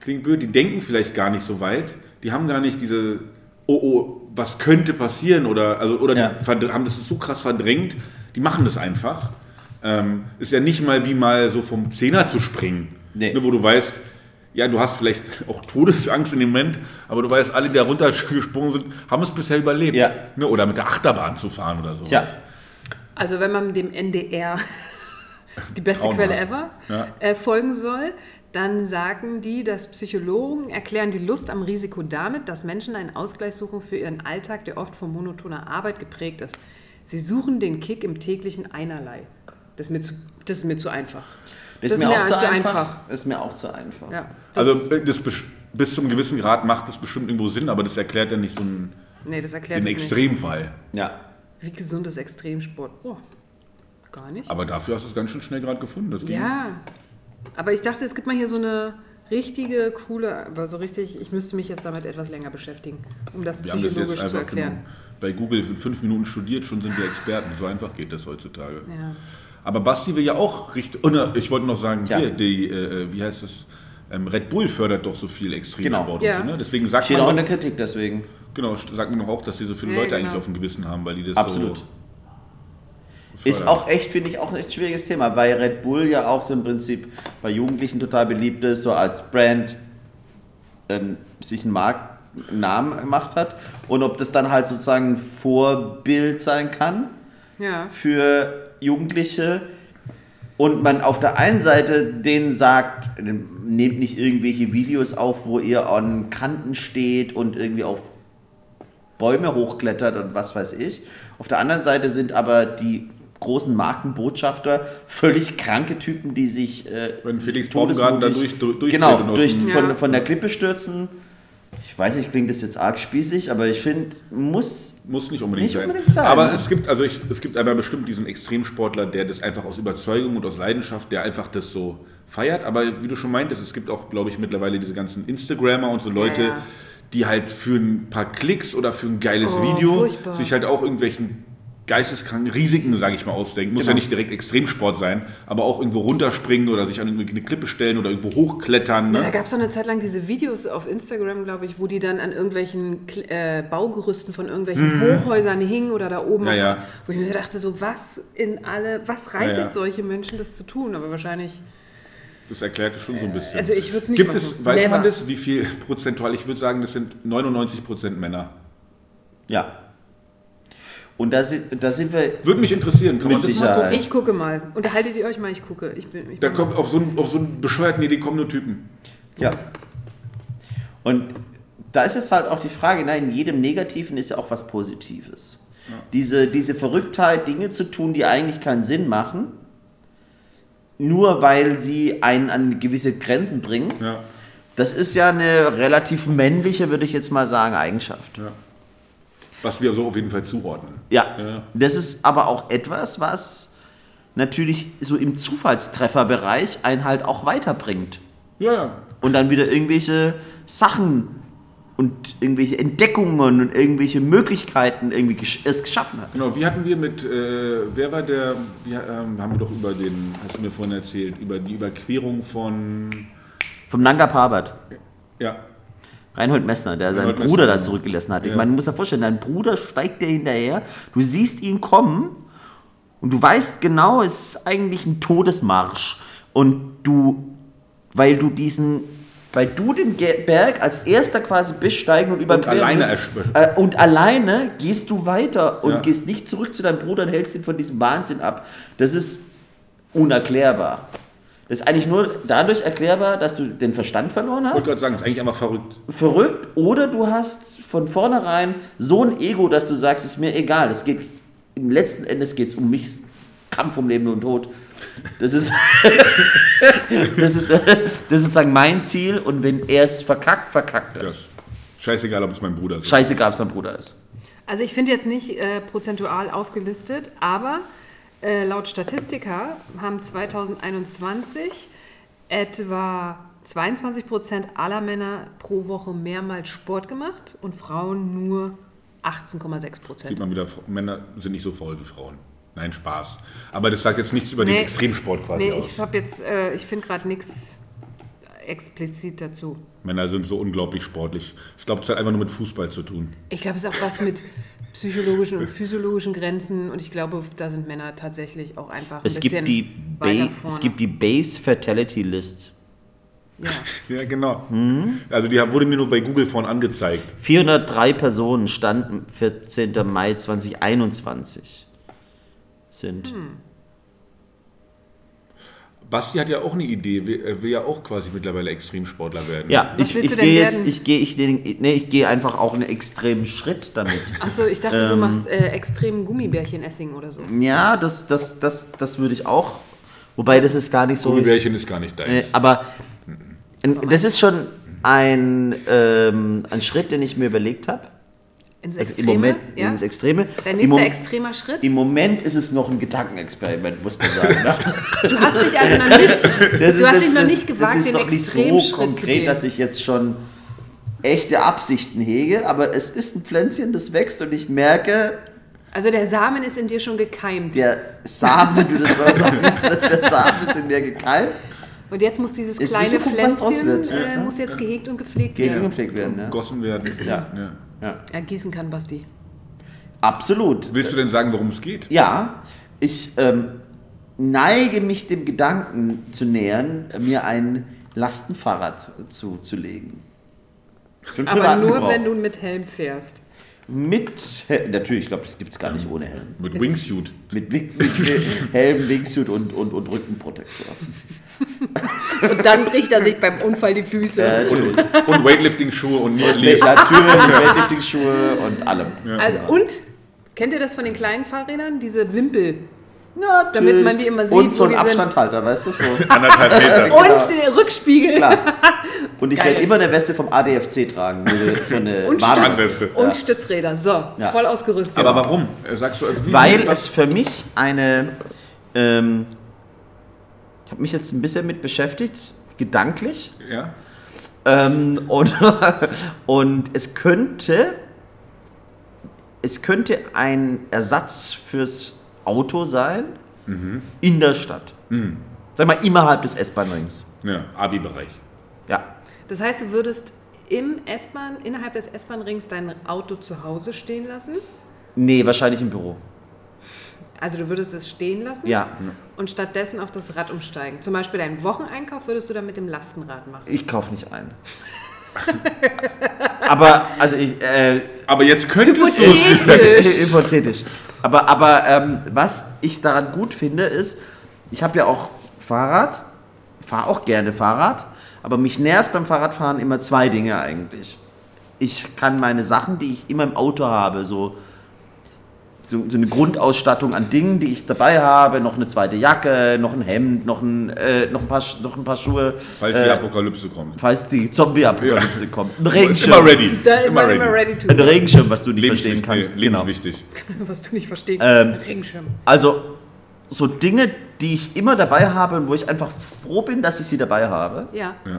[SPEAKER 1] klingt blöd, die denken vielleicht gar nicht so weit. Die haben gar nicht diese, oh, oh, was könnte passieren oder, also, oder
[SPEAKER 3] Ja.
[SPEAKER 1] die verd- haben das so krass verdrängt. Die machen das einfach. Ähm, ist ja nicht mal wie mal so vom Zehner zu springen,
[SPEAKER 3] Nee.
[SPEAKER 1] ne, wo du weißt, ja, du hast vielleicht auch Todesangst in dem Moment, aber du weißt, alle, die da runtergesprungen sind, haben es bisher überlebt.
[SPEAKER 3] Ja.
[SPEAKER 1] Ne, oder mit der Achterbahn zu fahren oder so.
[SPEAKER 3] Ja.
[SPEAKER 2] Also wenn man dem NDR, die beste
[SPEAKER 1] Traumhaft.
[SPEAKER 2] Quelle ever,
[SPEAKER 1] Ja.
[SPEAKER 2] äh, folgen soll, dann sagen die, dass Psychologen erklären die Lust am Risiko damit, dass Menschen einen Ausgleich suchen für ihren Alltag, der oft von monotoner Arbeit geprägt ist. Sie suchen den Kick im täglichen Einerlei. Das ist mir zu, das ist mir zu einfach.
[SPEAKER 3] Das,
[SPEAKER 2] ist mir
[SPEAKER 3] auch
[SPEAKER 2] zu
[SPEAKER 3] zu einfach.
[SPEAKER 2] einfach.
[SPEAKER 3] Ist mir auch zu einfach.
[SPEAKER 2] Ja, das,
[SPEAKER 1] Also äh, das besch- bis zum gewissen Grad macht das bestimmt irgendwo Sinn, aber das erklärt ja nicht so einen,
[SPEAKER 2] nee, das erklärt
[SPEAKER 1] den
[SPEAKER 2] das nicht.
[SPEAKER 1] Extremfall.
[SPEAKER 3] ja.
[SPEAKER 2] Wie gesund ist Extremsport? Oh, gar nicht.
[SPEAKER 1] Aber dafür hast du es ganz schön schnell gerade gefunden. Das Ding.
[SPEAKER 2] Ja, aber ich dachte, es gibt mal hier so eine richtige, coole, aber so richtig, ich müsste mich jetzt damit etwas länger beschäftigen, um das
[SPEAKER 1] Wir haben das jetzt
[SPEAKER 2] psychologisch zu
[SPEAKER 1] einfach
[SPEAKER 2] erklären.
[SPEAKER 1] genommen. bei Google in fünf Minuten studiert, schon sind wir Experten. So einfach geht das heutzutage.
[SPEAKER 2] Ja.
[SPEAKER 1] Aber Basti will ja auch richtig. Und äh, ich wollte noch sagen,
[SPEAKER 3] Ja.
[SPEAKER 1] hier, die, äh, wie heißt es? Ähm, Red Bull fördert doch so viel Extremsport
[SPEAKER 3] Genau.
[SPEAKER 1] und
[SPEAKER 2] Ja.
[SPEAKER 1] so, ne? Deswegen sagt
[SPEAKER 3] Steht
[SPEAKER 1] man,
[SPEAKER 3] auch in
[SPEAKER 1] auch,
[SPEAKER 3] der Kritik deswegen.
[SPEAKER 1] genau, sagt man doch auch, dass sie so viele
[SPEAKER 2] Ja,
[SPEAKER 1] Leute eigentlich
[SPEAKER 2] genau.
[SPEAKER 1] auf dem Gewissen haben, weil die das
[SPEAKER 3] Absolut.
[SPEAKER 1] so.
[SPEAKER 3] Ist
[SPEAKER 1] fördern.
[SPEAKER 3] auch echt, finde ich, auch ein echt schwieriges Thema, weil Red Bull ja auch so im Prinzip bei Jugendlichen total beliebt ist, so als Brand ähm, sich einen Markennamen gemacht hat. Und ob das dann halt sozusagen ein Vorbild sein kann
[SPEAKER 2] Ja,
[SPEAKER 3] für Jugendliche und man auf der einen Seite denen sagt, nehmt nicht irgendwelche Videos auf, wo ihr an Kanten steht und irgendwie auf Bäume hochklettert und was weiß ich. Auf der anderen Seite sind aber die großen Markenbotschafter völlig kranke Typen, die sich äh,
[SPEAKER 1] Wenn Felix Baumgarten da durch, durch durchdreht
[SPEAKER 3] genau,
[SPEAKER 1] und aus
[SPEAKER 3] durch,
[SPEAKER 1] dem-
[SPEAKER 2] Ja.
[SPEAKER 3] von, von der Klippe stürzen. ich weiß nicht, klingt das jetzt arg spießig, aber ich finde, muss.
[SPEAKER 1] Muss nicht unbedingt,
[SPEAKER 3] Nicht unbedingt sein,
[SPEAKER 1] Aber
[SPEAKER 3] ne?
[SPEAKER 1] es gibt, also ich, es gibt einmal bestimmt diesen Extremsportler, der das einfach aus Überzeugung und aus Leidenschaft, der einfach das so feiert. Aber wie du schon meintest, es gibt auch, glaube ich, mittlerweile diese ganzen Instagrammer und so Leute,
[SPEAKER 2] ja.
[SPEAKER 1] die halt für ein paar Klicks oder für ein geiles
[SPEAKER 2] Oh,
[SPEAKER 1] Video
[SPEAKER 2] furchtbar.
[SPEAKER 1] sich halt auch irgendwelchen geisteskranken Risiken, sage ich mal, ausdenken.
[SPEAKER 2] Genau.
[SPEAKER 1] Muss ja nicht direkt Extremsport sein, aber auch irgendwo runterspringen oder sich an irgendeine Klippe stellen oder irgendwo hochklettern.
[SPEAKER 2] Da
[SPEAKER 1] Ne?
[SPEAKER 2] gab es doch eine Zeit lang diese Videos auf Instagram, glaube ich, wo die dann an irgendwelchen Kl- äh, Baugerüsten von irgendwelchen Hochhäusern hingen oder da oben.
[SPEAKER 1] Mhm. Ja,
[SPEAKER 2] auf-
[SPEAKER 1] ja.
[SPEAKER 2] Wo ich mir dachte, so was in alle, was reitet
[SPEAKER 1] Ja, ja.
[SPEAKER 2] solche Menschen, das zu tun? Aber wahrscheinlich.
[SPEAKER 1] Das erklärt es schon so ein bisschen.
[SPEAKER 2] Also ich würd's nicht
[SPEAKER 1] Gibt
[SPEAKER 2] machen.
[SPEAKER 1] es, weiß
[SPEAKER 2] Never.
[SPEAKER 1] man das, wie viel prozentual? Ich würde sagen, das sind 99 Prozent Männer.
[SPEAKER 3] Ja. Und da sind, da sind wir.
[SPEAKER 1] Würde mich interessieren, kann
[SPEAKER 3] Mit
[SPEAKER 1] man das
[SPEAKER 3] Sicherheit.
[SPEAKER 1] mal
[SPEAKER 3] Nein.
[SPEAKER 2] Ich gucke mal. Unterhaltet ihr euch mal, ich gucke. Ich bin, ich
[SPEAKER 1] Da
[SPEAKER 2] bin
[SPEAKER 1] kommt auf so einen, auf so einen bescheuerten Idee kommen nur Typen.
[SPEAKER 3] Ja. Und da ist jetzt halt auch die Frage, nein, in jedem Negativen ist ja auch was Positives. Diese, diese Verrücktheit, Dinge zu tun, die eigentlich keinen Sinn machen, nur weil sie einen an gewisse Grenzen bringen,
[SPEAKER 1] Ja.
[SPEAKER 3] das ist ja eine relativ männliche, würde ich jetzt mal sagen, Eigenschaft.
[SPEAKER 1] Was wir so auf jeden Fall zuordnen.
[SPEAKER 3] Ja.
[SPEAKER 1] Ja.
[SPEAKER 3] Das ist aber auch etwas, was natürlich so im Zufallstrefferbereich einen halt auch weiterbringt.
[SPEAKER 1] Ja, ja.
[SPEAKER 3] Und dann wieder irgendwelche Sachen und irgendwelche Entdeckungen und irgendwelche Möglichkeiten irgendwie gesch es geschaffen hat.
[SPEAKER 1] Genau, wie hatten wir mit, äh, wer war der, wie, ähm, haben wir doch über den, hast du mir vorhin erzählt, über die Überquerung von,
[SPEAKER 3] Vom Nanga Parbat.
[SPEAKER 1] ja,
[SPEAKER 3] Reinhold Messner, der seinen
[SPEAKER 1] Reinhold
[SPEAKER 3] Bruder
[SPEAKER 1] Messner. genau.
[SPEAKER 3] da zurückgelassen hat. Ich
[SPEAKER 1] Ja.
[SPEAKER 3] meine, du musst dir vorstellen, dein Bruder steigt dir hinterher, du siehst ihn kommen und du weißt genau, es ist eigentlich ein Todesmarsch. Und du, weil du diesen, weil du den Ge- Berg als erster quasi besteigen und überqueren
[SPEAKER 1] alleine
[SPEAKER 3] willst,
[SPEAKER 1] erspr-
[SPEAKER 3] äh, Und alleine gehst du weiter und
[SPEAKER 1] Ja.
[SPEAKER 3] gehst nicht zurück zu deinem Bruder und hältst ihn von diesem Wahnsinn ab. Das ist unerklärbar. Das ist eigentlich nur dadurch erklärbar, dass du den Verstand verloren hast
[SPEAKER 1] ich wollte gerade sagen, ist eigentlich einfach verrückt.
[SPEAKER 3] verrückt oder du hast von vornherein so ein Ego, dass du sagst, ist mir egal. Es geht im letzten Endes geht's um mich, Kampf um Leben und Tod. Das ist, das ist, das ist sozusagen mein Ziel und wenn er es verkackt, verkackt er
[SPEAKER 1] Ja.
[SPEAKER 3] es.
[SPEAKER 1] Scheißegal, ob es mein Bruder ist.
[SPEAKER 3] Scheiße gab es mein Bruder ist.
[SPEAKER 2] Also ich finde jetzt nicht äh, prozentual aufgelistet, aber äh, laut Statistika haben 2021 etwa 22 Prozent aller Männer pro Woche mehrmals Sport gemacht und Frauen nur 18,6
[SPEAKER 1] Sieht
[SPEAKER 2] Prozent.
[SPEAKER 1] man wieder, Männer sind nicht so faul wie Frauen. Nein, Spaß. Aber das sagt jetzt nichts über
[SPEAKER 2] Nee.
[SPEAKER 1] den Extremsport quasi
[SPEAKER 2] Nee, ich
[SPEAKER 1] aus.
[SPEAKER 2] habe jetzt, äh, ich finde gerade nichts explizit dazu.
[SPEAKER 1] Männer sind so unglaublich sportlich. Ich glaube, es hat einfach nur mit Fußball zu tun.
[SPEAKER 2] Ich glaube, es ist auch was mit psychologischen und physiologischen Grenzen und ich glaube, da sind Männer tatsächlich auch einfach ein
[SPEAKER 3] Es
[SPEAKER 2] bisschen
[SPEAKER 3] gibt, die
[SPEAKER 2] weiter
[SPEAKER 3] ba
[SPEAKER 2] vorne.
[SPEAKER 3] es gibt die Base Fatality List.
[SPEAKER 2] ja.
[SPEAKER 1] Ja, genau. Also die wurde mir nur bei Google vorhin angezeigt.
[SPEAKER 3] 403 Personen standen 14. Mai 2021 sind.
[SPEAKER 2] Hm.
[SPEAKER 1] Basti hat ja auch eine Idee, will, äh, will ja auch quasi mittlerweile Extremsportler werden.
[SPEAKER 3] Ja,
[SPEAKER 2] Was
[SPEAKER 3] ich,
[SPEAKER 2] willst
[SPEAKER 3] ich
[SPEAKER 2] du denn
[SPEAKER 3] gehe jetzt,
[SPEAKER 2] werden?
[SPEAKER 3] ich gehe, ich, den- nee, ich gehe einfach auch einen extremen Schritt damit.
[SPEAKER 2] Achso, ich dachte,
[SPEAKER 3] Ähm.
[SPEAKER 2] du machst äh, extrem Gummibärchen Essing oder so.
[SPEAKER 3] ja, das, das, das, das würde ich auch. Wobei das ist gar nicht so.
[SPEAKER 1] Gummibärchen ist gar nicht
[SPEAKER 3] äh,
[SPEAKER 1] deins.
[SPEAKER 3] aber ein- das ist schon ein, ähm, ein Schritt, den ich mir überlegt habe.
[SPEAKER 2] Ins
[SPEAKER 3] Also Im
[SPEAKER 2] Extreme.
[SPEAKER 3] Moment
[SPEAKER 2] ja?
[SPEAKER 3] dieses Extreme.
[SPEAKER 2] Dein
[SPEAKER 3] Im, Mo
[SPEAKER 2] nächster extremer Schritt.
[SPEAKER 3] Im Moment ist es noch ein Gedankenexperiment, muss man sagen. Das
[SPEAKER 2] Du hast dich also noch nicht,
[SPEAKER 3] Das
[SPEAKER 2] du hast dich noch
[SPEAKER 3] das-
[SPEAKER 2] nicht gewagt,
[SPEAKER 3] das ist
[SPEAKER 2] den
[SPEAKER 3] noch nicht so
[SPEAKER 2] Extremschritt zu
[SPEAKER 3] konkret,
[SPEAKER 2] gehen.
[SPEAKER 3] dass ich jetzt schon echte Absichten hege, aber es ist ein Pflänzchen, das wächst und ich merke,
[SPEAKER 2] Also der Samen ist in dir schon gekeimt.
[SPEAKER 3] der Samen, wenn du das so sagst, der Samen ist in mir gekeilt,
[SPEAKER 2] Und jetzt muss dieses
[SPEAKER 3] Jetzt
[SPEAKER 2] kleine
[SPEAKER 3] müssen wir gucken, was draus
[SPEAKER 2] Pflänzchen,
[SPEAKER 3] wird.
[SPEAKER 2] äh, muss jetzt gehegt und gepflegt
[SPEAKER 3] gegen
[SPEAKER 2] werden.
[SPEAKER 3] gepflegt
[SPEAKER 1] Oh
[SPEAKER 3] werden. Ja.
[SPEAKER 1] Gossen werden.
[SPEAKER 3] Ja.
[SPEAKER 1] Ja.
[SPEAKER 3] Ja.
[SPEAKER 2] Ja, gießen kann Basti.
[SPEAKER 3] Absolut.
[SPEAKER 1] Willst du denn sagen, worum es geht?
[SPEAKER 3] Ja, ich ähm, neige mich dem Gedanken zu nähern, mir ein Lastenfahrrad zuzulegen. Für den
[SPEAKER 2] Aber
[SPEAKER 3] privaten
[SPEAKER 2] nur,
[SPEAKER 3] Gebrauch.
[SPEAKER 2] wenn du mit Helm fährst.
[SPEAKER 3] Mit, natürlich, ich glaube, das gibt es gar nicht ohne Helm.
[SPEAKER 1] Mit Wingsuit.
[SPEAKER 3] Mit, Wing- mit Helm, Wingsuit und, und, und Rückenprotektor.
[SPEAKER 2] Und dann bricht er sich beim Unfall die Füße.
[SPEAKER 1] Und, und Weightlifting-Schuhe und Knees.
[SPEAKER 3] Natürlich, Weltlifting-Schuhe und allem.
[SPEAKER 2] also, und kennt ihr das von den kleinen Fahrrädern? Diese Wimpel.
[SPEAKER 3] Natürlich.
[SPEAKER 2] Damit man die immer sieht,
[SPEAKER 3] Und
[SPEAKER 2] wo
[SPEAKER 3] so ein
[SPEAKER 2] die sind.
[SPEAKER 3] Abstandhalter, weißt du so?
[SPEAKER 1] Anderthalb Meter.
[SPEAKER 2] Und den Rückspiegel.
[SPEAKER 3] Klar. Und ich
[SPEAKER 2] Geil.
[SPEAKER 3] werde immer eine Weste vom ADFC tragen. Diese, so eine
[SPEAKER 2] Und
[SPEAKER 3] Äh, Warnweste.
[SPEAKER 1] Strandweste.
[SPEAKER 2] Und
[SPEAKER 3] Ja.
[SPEAKER 2] Stützräder. So,
[SPEAKER 3] Ja.
[SPEAKER 2] voll ausgerüstet.
[SPEAKER 1] Aber warum? Äh, Sagst du, also wie,
[SPEAKER 3] Genau. Weil
[SPEAKER 1] was-
[SPEAKER 3] es für mich eine. Ähm, ich habe mich jetzt ein bisschen mit beschäftigt, gedanklich.
[SPEAKER 1] Ja?
[SPEAKER 3] Ähm, und, und es könnte. Es könnte ein Ersatz fürs Auto sein
[SPEAKER 2] Mhm.
[SPEAKER 3] in der Stadt. Sag mal, innerhalb des S-Bahn-Rings.
[SPEAKER 1] Ja, Abi-Bereich.
[SPEAKER 3] Ja.
[SPEAKER 2] Das heißt, du würdest im S-Bahn, innerhalb des S-Bahn-Rings dein Auto zu Hause stehen lassen?
[SPEAKER 3] Nee, wahrscheinlich im Büro.
[SPEAKER 2] Also du würdest es stehen lassen
[SPEAKER 3] Ja.
[SPEAKER 2] und stattdessen auf das Rad umsteigen. Zum Beispiel deinen Wocheneinkauf würdest du dann mit dem Lastenrad machen.
[SPEAKER 3] Ich kaufe nicht ein. Aber, also ich, äh,
[SPEAKER 1] Aber jetzt könntest du es
[SPEAKER 2] Hypothetisch.
[SPEAKER 1] nicht.
[SPEAKER 2] Hypothetisch.
[SPEAKER 3] Hypothetisch. Aber, aber ähm, was ich daran gut finde, ist, ich habe ja auch Fahrrad, fahre auch gerne Fahrrad, aber mich nervt beim Fahrradfahren immer zwei Dinge eigentlich. Ich kann meine Sachen, die ich immer im Auto habe, so, so, so eine Grundausstattung an Dingen, die ich dabei habe, noch eine zweite Jacke, noch ein Hemd, noch ein, äh, noch ein, paar, Sch- noch ein paar Schuhe.
[SPEAKER 1] Falls die
[SPEAKER 3] äh,
[SPEAKER 1] Apokalypse kommt.
[SPEAKER 3] falls die Zombie-Apokalypse kommt. Ein
[SPEAKER 1] Ist immer
[SPEAKER 3] Regenschirm.
[SPEAKER 1] ready.
[SPEAKER 2] Da ist man immer ready to.
[SPEAKER 3] Ein Regenschirm, was du nicht verstehen
[SPEAKER 1] Lebenswichtig.
[SPEAKER 3] kannst.
[SPEAKER 1] nee,
[SPEAKER 3] genau.
[SPEAKER 1] lebenswichtig.
[SPEAKER 2] Was du nicht verstehst.
[SPEAKER 3] Ähm,
[SPEAKER 2] Regenschirm.
[SPEAKER 3] Also so Dinge, die ich immer dabei habe und wo ich einfach froh bin, dass ich sie dabei habe,
[SPEAKER 2] Ja.
[SPEAKER 1] Ja.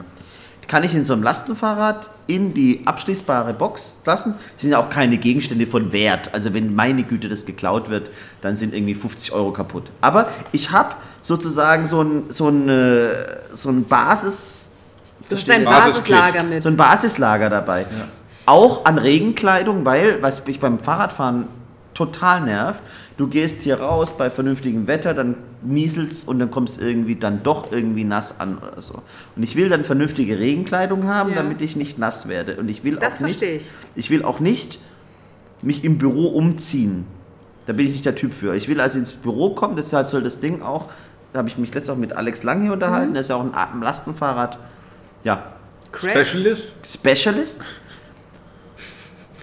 [SPEAKER 3] kann ich in so einem Lastenfahrrad in die abschließbare Box lassen. Das sind ja auch keine Gegenstände von Wert. Also wenn meine Güte das geklaut wird, dann sind irgendwie 50 Euro kaputt. Aber ich habe sozusagen so ein, so ein, äh, so ein Basis...
[SPEAKER 2] Du hast dein
[SPEAKER 1] Basiskit.
[SPEAKER 2] Basislager mit.
[SPEAKER 3] So ein Basislager dabei. Auch an Regenkleidung, weil, was mich beim Fahrradfahren total nervt, du gehst hier raus bei vernünftigem Wetter, dann nieselt's und dann kommst irgendwie dann doch irgendwie nass an oder so. Und ich will dann vernünftige Regenkleidung haben,
[SPEAKER 2] Ja.
[SPEAKER 3] damit ich nicht nass werde. Und ich will
[SPEAKER 2] Das
[SPEAKER 3] auch nicht,
[SPEAKER 2] verstehe ich.
[SPEAKER 3] ich will auch nicht mich im Büro umziehen. Da bin ich nicht der Typ für. Ich will also ins Büro kommen, deshalb soll das Ding auch, da habe ich mich letztens auch mit Alex Lang hier unterhalten,
[SPEAKER 2] Mhm.
[SPEAKER 3] der ist ja auch ein A- ein Lastenfahrrad, ja,
[SPEAKER 2] Crack.
[SPEAKER 1] Specialist?
[SPEAKER 3] Specialist?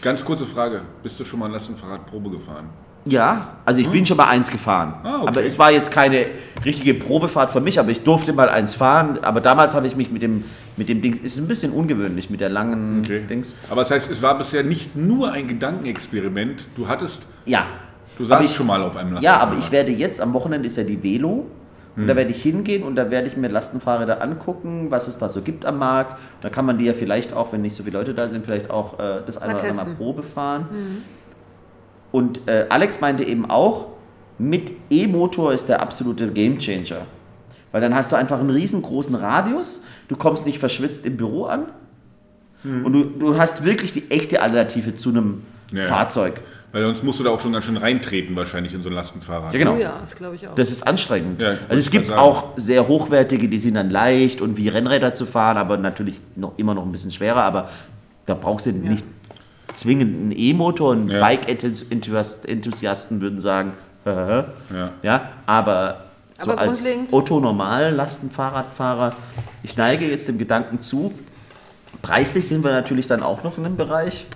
[SPEAKER 1] Ganz kurze Frage. Bist du schon mal ein Lastenfahrradprobe gefahren?
[SPEAKER 3] Ja, also ich bin schon mal eins gefahren.
[SPEAKER 1] Hm. Ah, okay.
[SPEAKER 3] Aber es war jetzt keine richtige Probefahrt von mich, aber ich durfte mal eins fahren. Aber damals habe ich mich mit dem, mit dem Dings, ist ein bisschen ungewöhnlich mit der langen Dings.
[SPEAKER 1] Aber das heißt, es war bisher nicht nur ein Gedankenexperiment. Du hattest,
[SPEAKER 3] Ja.
[SPEAKER 1] du
[SPEAKER 3] Aber
[SPEAKER 1] saßt
[SPEAKER 3] ich-
[SPEAKER 1] schon mal auf einem
[SPEAKER 3] Ja,
[SPEAKER 1] Lastenfahrrad.
[SPEAKER 3] aber ich werde jetzt, am Wochenende ist ja die Velo. Und
[SPEAKER 1] Hm.
[SPEAKER 3] da werde ich hingehen und da werde ich mir Lastenfahrräder angucken, was es da so gibt am Markt. Da kann man die ja vielleicht auch, wenn nicht so viele Leute da sind, vielleicht auch äh, das eine
[SPEAKER 2] Mal
[SPEAKER 3] oder andere Mal
[SPEAKER 2] testen.
[SPEAKER 3] Probe fahren. Und äh, Alex meinte eben auch, mit E-Motor ist der absolute Gamechanger. Weil dann hast du einfach einen riesengroßen Radius, du kommst nicht verschwitzt im Büro an und du, du hast wirklich die echte Alternative zu einem
[SPEAKER 1] Hm. Ja.
[SPEAKER 3] Fahrzeug.
[SPEAKER 1] Weil sonst musst du da auch schon ganz schön reintreten wahrscheinlich in so ein Lastenfahrrad.
[SPEAKER 3] Ja, genau.
[SPEAKER 2] Oh ja, das glaube ich auch.
[SPEAKER 3] Das ist anstrengend.
[SPEAKER 1] Ja,
[SPEAKER 3] also es
[SPEAKER 1] wollte ich
[SPEAKER 3] gibt
[SPEAKER 1] gerade sagen.
[SPEAKER 3] auch sehr hochwertige, die sind dann leicht und wie Rennräder zu fahren, aber natürlich noch, immer noch ein bisschen schwerer, aber da brauchst du nicht zwingend einen E-Motor und
[SPEAKER 1] Ja.
[SPEAKER 3] Bike-Enthusiasten würden sagen, äh,
[SPEAKER 1] Ja.
[SPEAKER 3] ja, aber so
[SPEAKER 2] Aber
[SPEAKER 3] als
[SPEAKER 2] grundlegend-
[SPEAKER 3] Otto-Normal-Lastenfahrradfahrer, ich neige jetzt dem Gedanken zu, preislich sind wir natürlich dann auch noch in einem Bereich.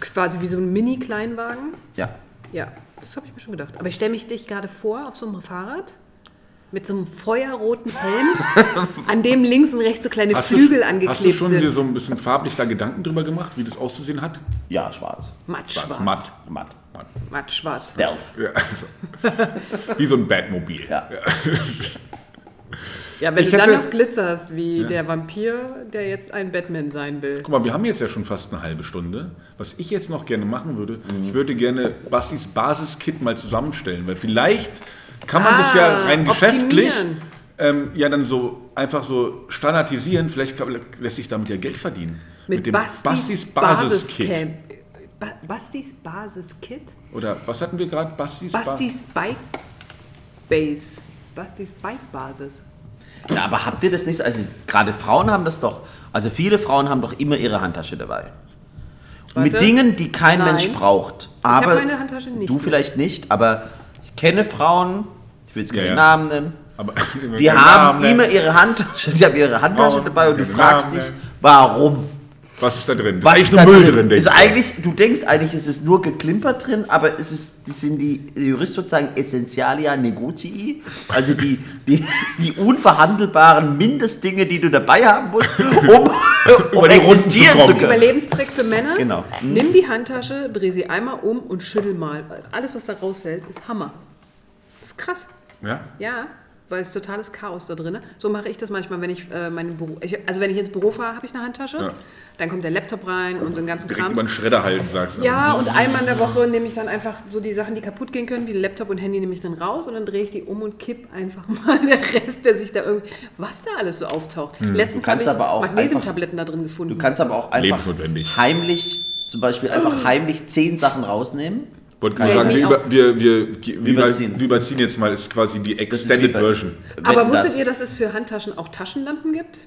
[SPEAKER 2] Quasi wie so ein Mini-Kleinwagen.
[SPEAKER 3] Ja,
[SPEAKER 2] Ja, das habe ich mir schon gedacht. Aber ich stelle mich dich gerade vor auf so einem Fahrrad mit so einem feuerroten Helm, an dem links und rechts so kleine
[SPEAKER 1] Hast
[SPEAKER 2] Flügel
[SPEAKER 1] du, sch-
[SPEAKER 2] angeklebt
[SPEAKER 1] Hast du schon dir
[SPEAKER 2] sind.
[SPEAKER 1] so ein bisschen farblich da Gedanken drüber gemacht, wie das auszusehen hat?
[SPEAKER 3] ja, schwarz,
[SPEAKER 2] Mattschwarz.
[SPEAKER 1] Matt.
[SPEAKER 3] matt,
[SPEAKER 2] Mattschwarz.
[SPEAKER 3] stealth.
[SPEAKER 1] Ja, so. wie so ein Batmobil.
[SPEAKER 3] Ja.
[SPEAKER 2] Ja, wenn
[SPEAKER 1] Ich
[SPEAKER 2] du dann
[SPEAKER 1] hätte-
[SPEAKER 2] noch glitzerst wie der Vampir, der jetzt ein Batman sein will.
[SPEAKER 1] Guck mal, wir haben jetzt ja schon fast eine halbe Stunde. Was ich jetzt noch gerne machen würde,
[SPEAKER 2] Mhm.
[SPEAKER 1] ich würde gerne Bastis Basiskit mal zusammenstellen, weil vielleicht kann man das ja
[SPEAKER 2] Ah,
[SPEAKER 1] rein geschäftlich
[SPEAKER 2] optimieren.
[SPEAKER 1] ähm, ja dann so einfach so standardisieren. Vielleicht kann, lässt sich damit ja Geld verdienen.
[SPEAKER 2] Mit, Bastis,
[SPEAKER 1] Basiskit.
[SPEAKER 2] Basiscamp. Ba Bastis Basiskit?
[SPEAKER 1] Oder was hatten wir gerade? Bastis, Ba-
[SPEAKER 2] Bastis Bike Base. Bastis Bike Basis.
[SPEAKER 3] Ja, aber habt ihr das nicht so? Also gerade Frauen haben das doch. Also viele Frauen haben doch immer ihre Handtasche dabei. Mit
[SPEAKER 2] Warte.
[SPEAKER 3] Dingen, die kein
[SPEAKER 2] Nein.
[SPEAKER 3] Mensch braucht.
[SPEAKER 2] hab
[SPEAKER 3] Aber
[SPEAKER 2] meine Handtasche nicht
[SPEAKER 3] Du
[SPEAKER 2] mit.
[SPEAKER 3] vielleicht nicht, aber ich kenne Frauen, ich will jetzt keinen
[SPEAKER 1] Ja, ja.
[SPEAKER 3] Namen nennen.
[SPEAKER 1] Aber,
[SPEAKER 3] Die haben immer ihre Handtasche, die haben ihre Handtasche
[SPEAKER 1] Oh,
[SPEAKER 3] dabei und du
[SPEAKER 1] keine
[SPEAKER 3] fragst
[SPEAKER 1] Namen
[SPEAKER 3] dich,
[SPEAKER 1] nennen.
[SPEAKER 3] warum?
[SPEAKER 1] Was ist da drin?
[SPEAKER 3] Was
[SPEAKER 1] ist
[SPEAKER 3] ist
[SPEAKER 1] nur
[SPEAKER 3] da
[SPEAKER 1] Müll
[SPEAKER 3] drin?
[SPEAKER 1] drin, denkst
[SPEAKER 3] ist
[SPEAKER 1] du?
[SPEAKER 3] eigentlich, du denkst eigentlich, es ist nur geklimpert drin, aber es ist, das sind die, der Jurist würde sagen, Essentialia Negotii, also die, die, die unverhandelbaren Mindestdinge, die du dabei haben musst, um, um
[SPEAKER 1] Über die Runden zu
[SPEAKER 3] existieren zu
[SPEAKER 1] kommen.
[SPEAKER 3] können.
[SPEAKER 2] Überlebenstrick für Männer.
[SPEAKER 3] Genau.
[SPEAKER 2] Nimm die Handtasche, dreh sie einmal um und schüttel mal. Alles, was da rausfällt, ist Hammer. ist krass.
[SPEAKER 1] Ja?
[SPEAKER 2] Ja, weil es totales Chaos da drin. So mache ich das manchmal, wenn ich äh, meinen Büro. Ich, also wenn ich ins Büro fahre, habe ich eine Handtasche.
[SPEAKER 1] Ja.
[SPEAKER 2] Dann kommt der Laptop rein und so einen ganzen
[SPEAKER 1] Direkt
[SPEAKER 2] Kram.
[SPEAKER 1] über den Schredder halten, sagst du.
[SPEAKER 2] Ja, und einmal in der Woche nehme ich dann einfach so die Sachen, die kaputt gehen können, wie Laptop und Handy, nehme ich dann raus und dann drehe ich die um und kipp einfach mal der Rest, der sich da irgendwie, was da alles so auftaucht. Letztens
[SPEAKER 3] Hm, Du
[SPEAKER 2] habe
[SPEAKER 3] kannst
[SPEAKER 2] ich
[SPEAKER 3] aber auch
[SPEAKER 2] Magnesiumtabletten da drin gefunden.
[SPEAKER 3] Du kannst aber auch einfach
[SPEAKER 1] Lebensnotwendig.
[SPEAKER 3] heimlich, zum Beispiel
[SPEAKER 2] Oh.
[SPEAKER 3] einfach heimlich zehn Sachen rausnehmen.
[SPEAKER 1] Wollte gerade
[SPEAKER 2] Fällt
[SPEAKER 1] sagen,
[SPEAKER 2] mir
[SPEAKER 1] wir,
[SPEAKER 2] auf.
[SPEAKER 1] über, wir, wir, wir,
[SPEAKER 3] Überziehen.
[SPEAKER 1] überziehen. wir überziehen jetzt mal, ist quasi die
[SPEAKER 3] Das ist wie
[SPEAKER 1] Extended
[SPEAKER 3] bei-
[SPEAKER 1] Version.
[SPEAKER 3] wenn
[SPEAKER 2] aber
[SPEAKER 3] das-
[SPEAKER 2] wusstet ihr, dass es für Handtaschen auch Taschenlampen gibt?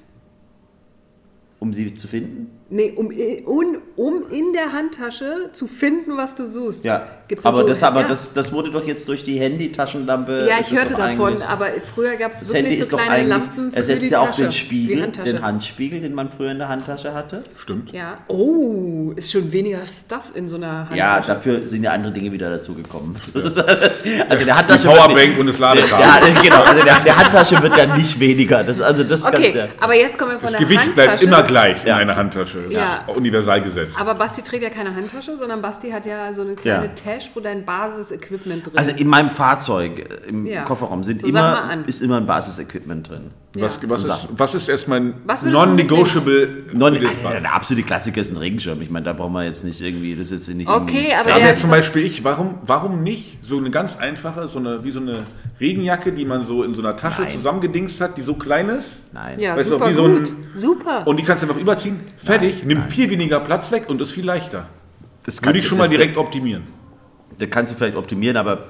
[SPEAKER 3] Um sie zu finden?
[SPEAKER 2] Nee, um, i- un, um in der Handtasche zu finden, was du suchst.
[SPEAKER 3] Ja.
[SPEAKER 2] Gibt's
[SPEAKER 3] aber
[SPEAKER 2] so-
[SPEAKER 3] das, aber
[SPEAKER 2] ja.
[SPEAKER 3] das, das wurde doch jetzt durch die Handy-Taschenlampe.
[SPEAKER 2] Ja,
[SPEAKER 3] ist
[SPEAKER 2] ich
[SPEAKER 3] es
[SPEAKER 2] hörte
[SPEAKER 3] doch
[SPEAKER 2] davon,
[SPEAKER 3] eigentlich-
[SPEAKER 2] aber früher gab es
[SPEAKER 3] Das Handy
[SPEAKER 2] wirklich
[SPEAKER 3] ist
[SPEAKER 2] so
[SPEAKER 3] doch
[SPEAKER 2] kleine
[SPEAKER 3] eigentlich,
[SPEAKER 2] Lampen für
[SPEAKER 3] ersetzt
[SPEAKER 2] die
[SPEAKER 3] ja auch
[SPEAKER 2] Tasche,
[SPEAKER 3] den
[SPEAKER 2] die
[SPEAKER 3] Spiegel,
[SPEAKER 2] Handtasche.
[SPEAKER 3] den Handspiegel, den man früher in der Handtasche hatte.
[SPEAKER 1] Stimmt.
[SPEAKER 2] Ja. Oh, ist schon weniger Stuff in so einer Handtasche.
[SPEAKER 3] Ja, dafür sind ja andere Dinge wieder dazugekommen. Das ist- Also der
[SPEAKER 1] Die
[SPEAKER 3] Handtasche wird
[SPEAKER 1] Powerbank und das
[SPEAKER 3] nicht,
[SPEAKER 1] Ladekabel.
[SPEAKER 3] ja, genau, also der, der Handtasche wird ja nicht weniger. Das, also das ist ganz
[SPEAKER 2] Okay,
[SPEAKER 3] ja.
[SPEAKER 2] aber jetzt kommen wir von
[SPEAKER 1] Das
[SPEAKER 2] der
[SPEAKER 1] Gewicht
[SPEAKER 2] Handtasche.
[SPEAKER 1] bleibt immer gleich
[SPEAKER 3] Ja.
[SPEAKER 1] in einer Handtasche. Das
[SPEAKER 2] Ja.
[SPEAKER 1] ist Universalgesetz.
[SPEAKER 2] Aber Basti trägt ja keine Handtasche, sondern Basti hat ja so eine kleine
[SPEAKER 3] Ja.
[SPEAKER 2] Tasche, wo dein Basis-Equipment drin
[SPEAKER 3] Also
[SPEAKER 2] ist.
[SPEAKER 3] in meinem Fahrzeug, äh, im
[SPEAKER 2] Ja.
[SPEAKER 3] Kofferraum, sind
[SPEAKER 2] So, sag mal
[SPEAKER 3] immer,
[SPEAKER 2] an.
[SPEAKER 3] ist immer ein Basisequipment drin.
[SPEAKER 1] Was, was, ist,
[SPEAKER 3] Sachen.
[SPEAKER 1] was ist erstmal
[SPEAKER 2] Was würdest du
[SPEAKER 1] non-negotiable
[SPEAKER 3] Non,
[SPEAKER 1] für das Bad?
[SPEAKER 3] der absolute Klassiker ist ein Regenschirm. Ich meine, da brauchen wir jetzt nicht irgendwie, das ist nicht
[SPEAKER 2] Okay, aber
[SPEAKER 3] irgendwie-
[SPEAKER 1] Da
[SPEAKER 2] der-
[SPEAKER 1] habe jetzt zum Beispiel ich, warum, warum nicht so eine ganz einfache, so eine, wie so eine Regenjacke, die man so in so einer Tasche
[SPEAKER 3] Nein.
[SPEAKER 1] zusammengedingst hat, die so klein ist
[SPEAKER 3] Nein.
[SPEAKER 2] ja,
[SPEAKER 1] weißt du,
[SPEAKER 2] super
[SPEAKER 1] wie so ein-
[SPEAKER 2] gut. super.
[SPEAKER 1] und die kannst du einfach überziehen, fertig, nimmt viel weniger Platz weg und ist viel leichter.
[SPEAKER 3] Das
[SPEAKER 1] Würde
[SPEAKER 3] kannst
[SPEAKER 1] ich
[SPEAKER 3] du-
[SPEAKER 1] schon mal
[SPEAKER 3] das-
[SPEAKER 1] direkt optimieren.
[SPEAKER 3] Da kannst du vielleicht optimieren, aber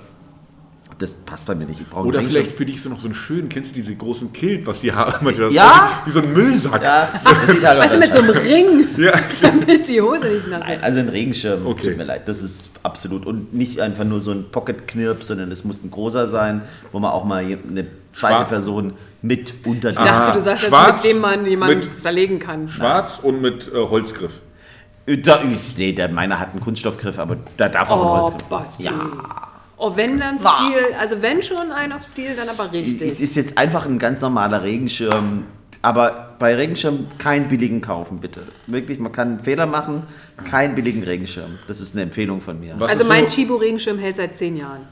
[SPEAKER 3] das passt bei mir nicht. Ich brauche einen
[SPEAKER 1] Oder
[SPEAKER 3] Regenschirm.
[SPEAKER 1] vielleicht für dich so noch so einen schönen, kennst du diese großen Kilt, was die haben? manchmal das
[SPEAKER 3] Ja?
[SPEAKER 1] aussieht Wie so ein Müllsack.
[SPEAKER 3] Ja, das sieht halt auch
[SPEAKER 2] Weißt du,
[SPEAKER 3] ganz
[SPEAKER 2] mit so einem Ring,
[SPEAKER 1] Ja.
[SPEAKER 2] damit die Hose nicht nass
[SPEAKER 3] Nein,
[SPEAKER 2] wird.
[SPEAKER 3] also ein Regenschirm,
[SPEAKER 1] Okay.
[SPEAKER 3] tut mir leid, das ist absolut. Und nicht einfach nur so ein Pocket-Knirp, sondern es muss ein großer sein, wo man auch mal eine zweite
[SPEAKER 1] Schwarz.
[SPEAKER 3] Person mit unter
[SPEAKER 2] Ich dachte,
[SPEAKER 1] Ah,
[SPEAKER 2] du sagst
[SPEAKER 1] schwarz
[SPEAKER 2] jetzt, mit dem man jemanden
[SPEAKER 1] mit-
[SPEAKER 2] zerlegen kann.
[SPEAKER 1] Schwarz und mit äh, Holzgriff.
[SPEAKER 3] Da, nee, der meiner hat einen Kunststoffgriff, aber da darf auch ein
[SPEAKER 2] Oh,
[SPEAKER 3] Holzgriff.
[SPEAKER 2] Basti.
[SPEAKER 3] Ja.
[SPEAKER 2] Oh, wenn dann
[SPEAKER 3] Na.
[SPEAKER 2] Stil, also wenn schon ein auf Stil, dann aber
[SPEAKER 3] Es
[SPEAKER 2] richtig.
[SPEAKER 3] ist jetzt einfach ein ganz normaler Regenschirm. Aber bei Regenschirm keinen billigen kaufen, bitte. Wirklich, man kann einen Fehler machen, keinen billigen Regenschirm. Das ist eine Empfehlung von mir.
[SPEAKER 1] Was
[SPEAKER 2] Also
[SPEAKER 1] ist
[SPEAKER 2] mein
[SPEAKER 1] so,
[SPEAKER 2] Chibo-Regenschirm hält seit zehn Jahren.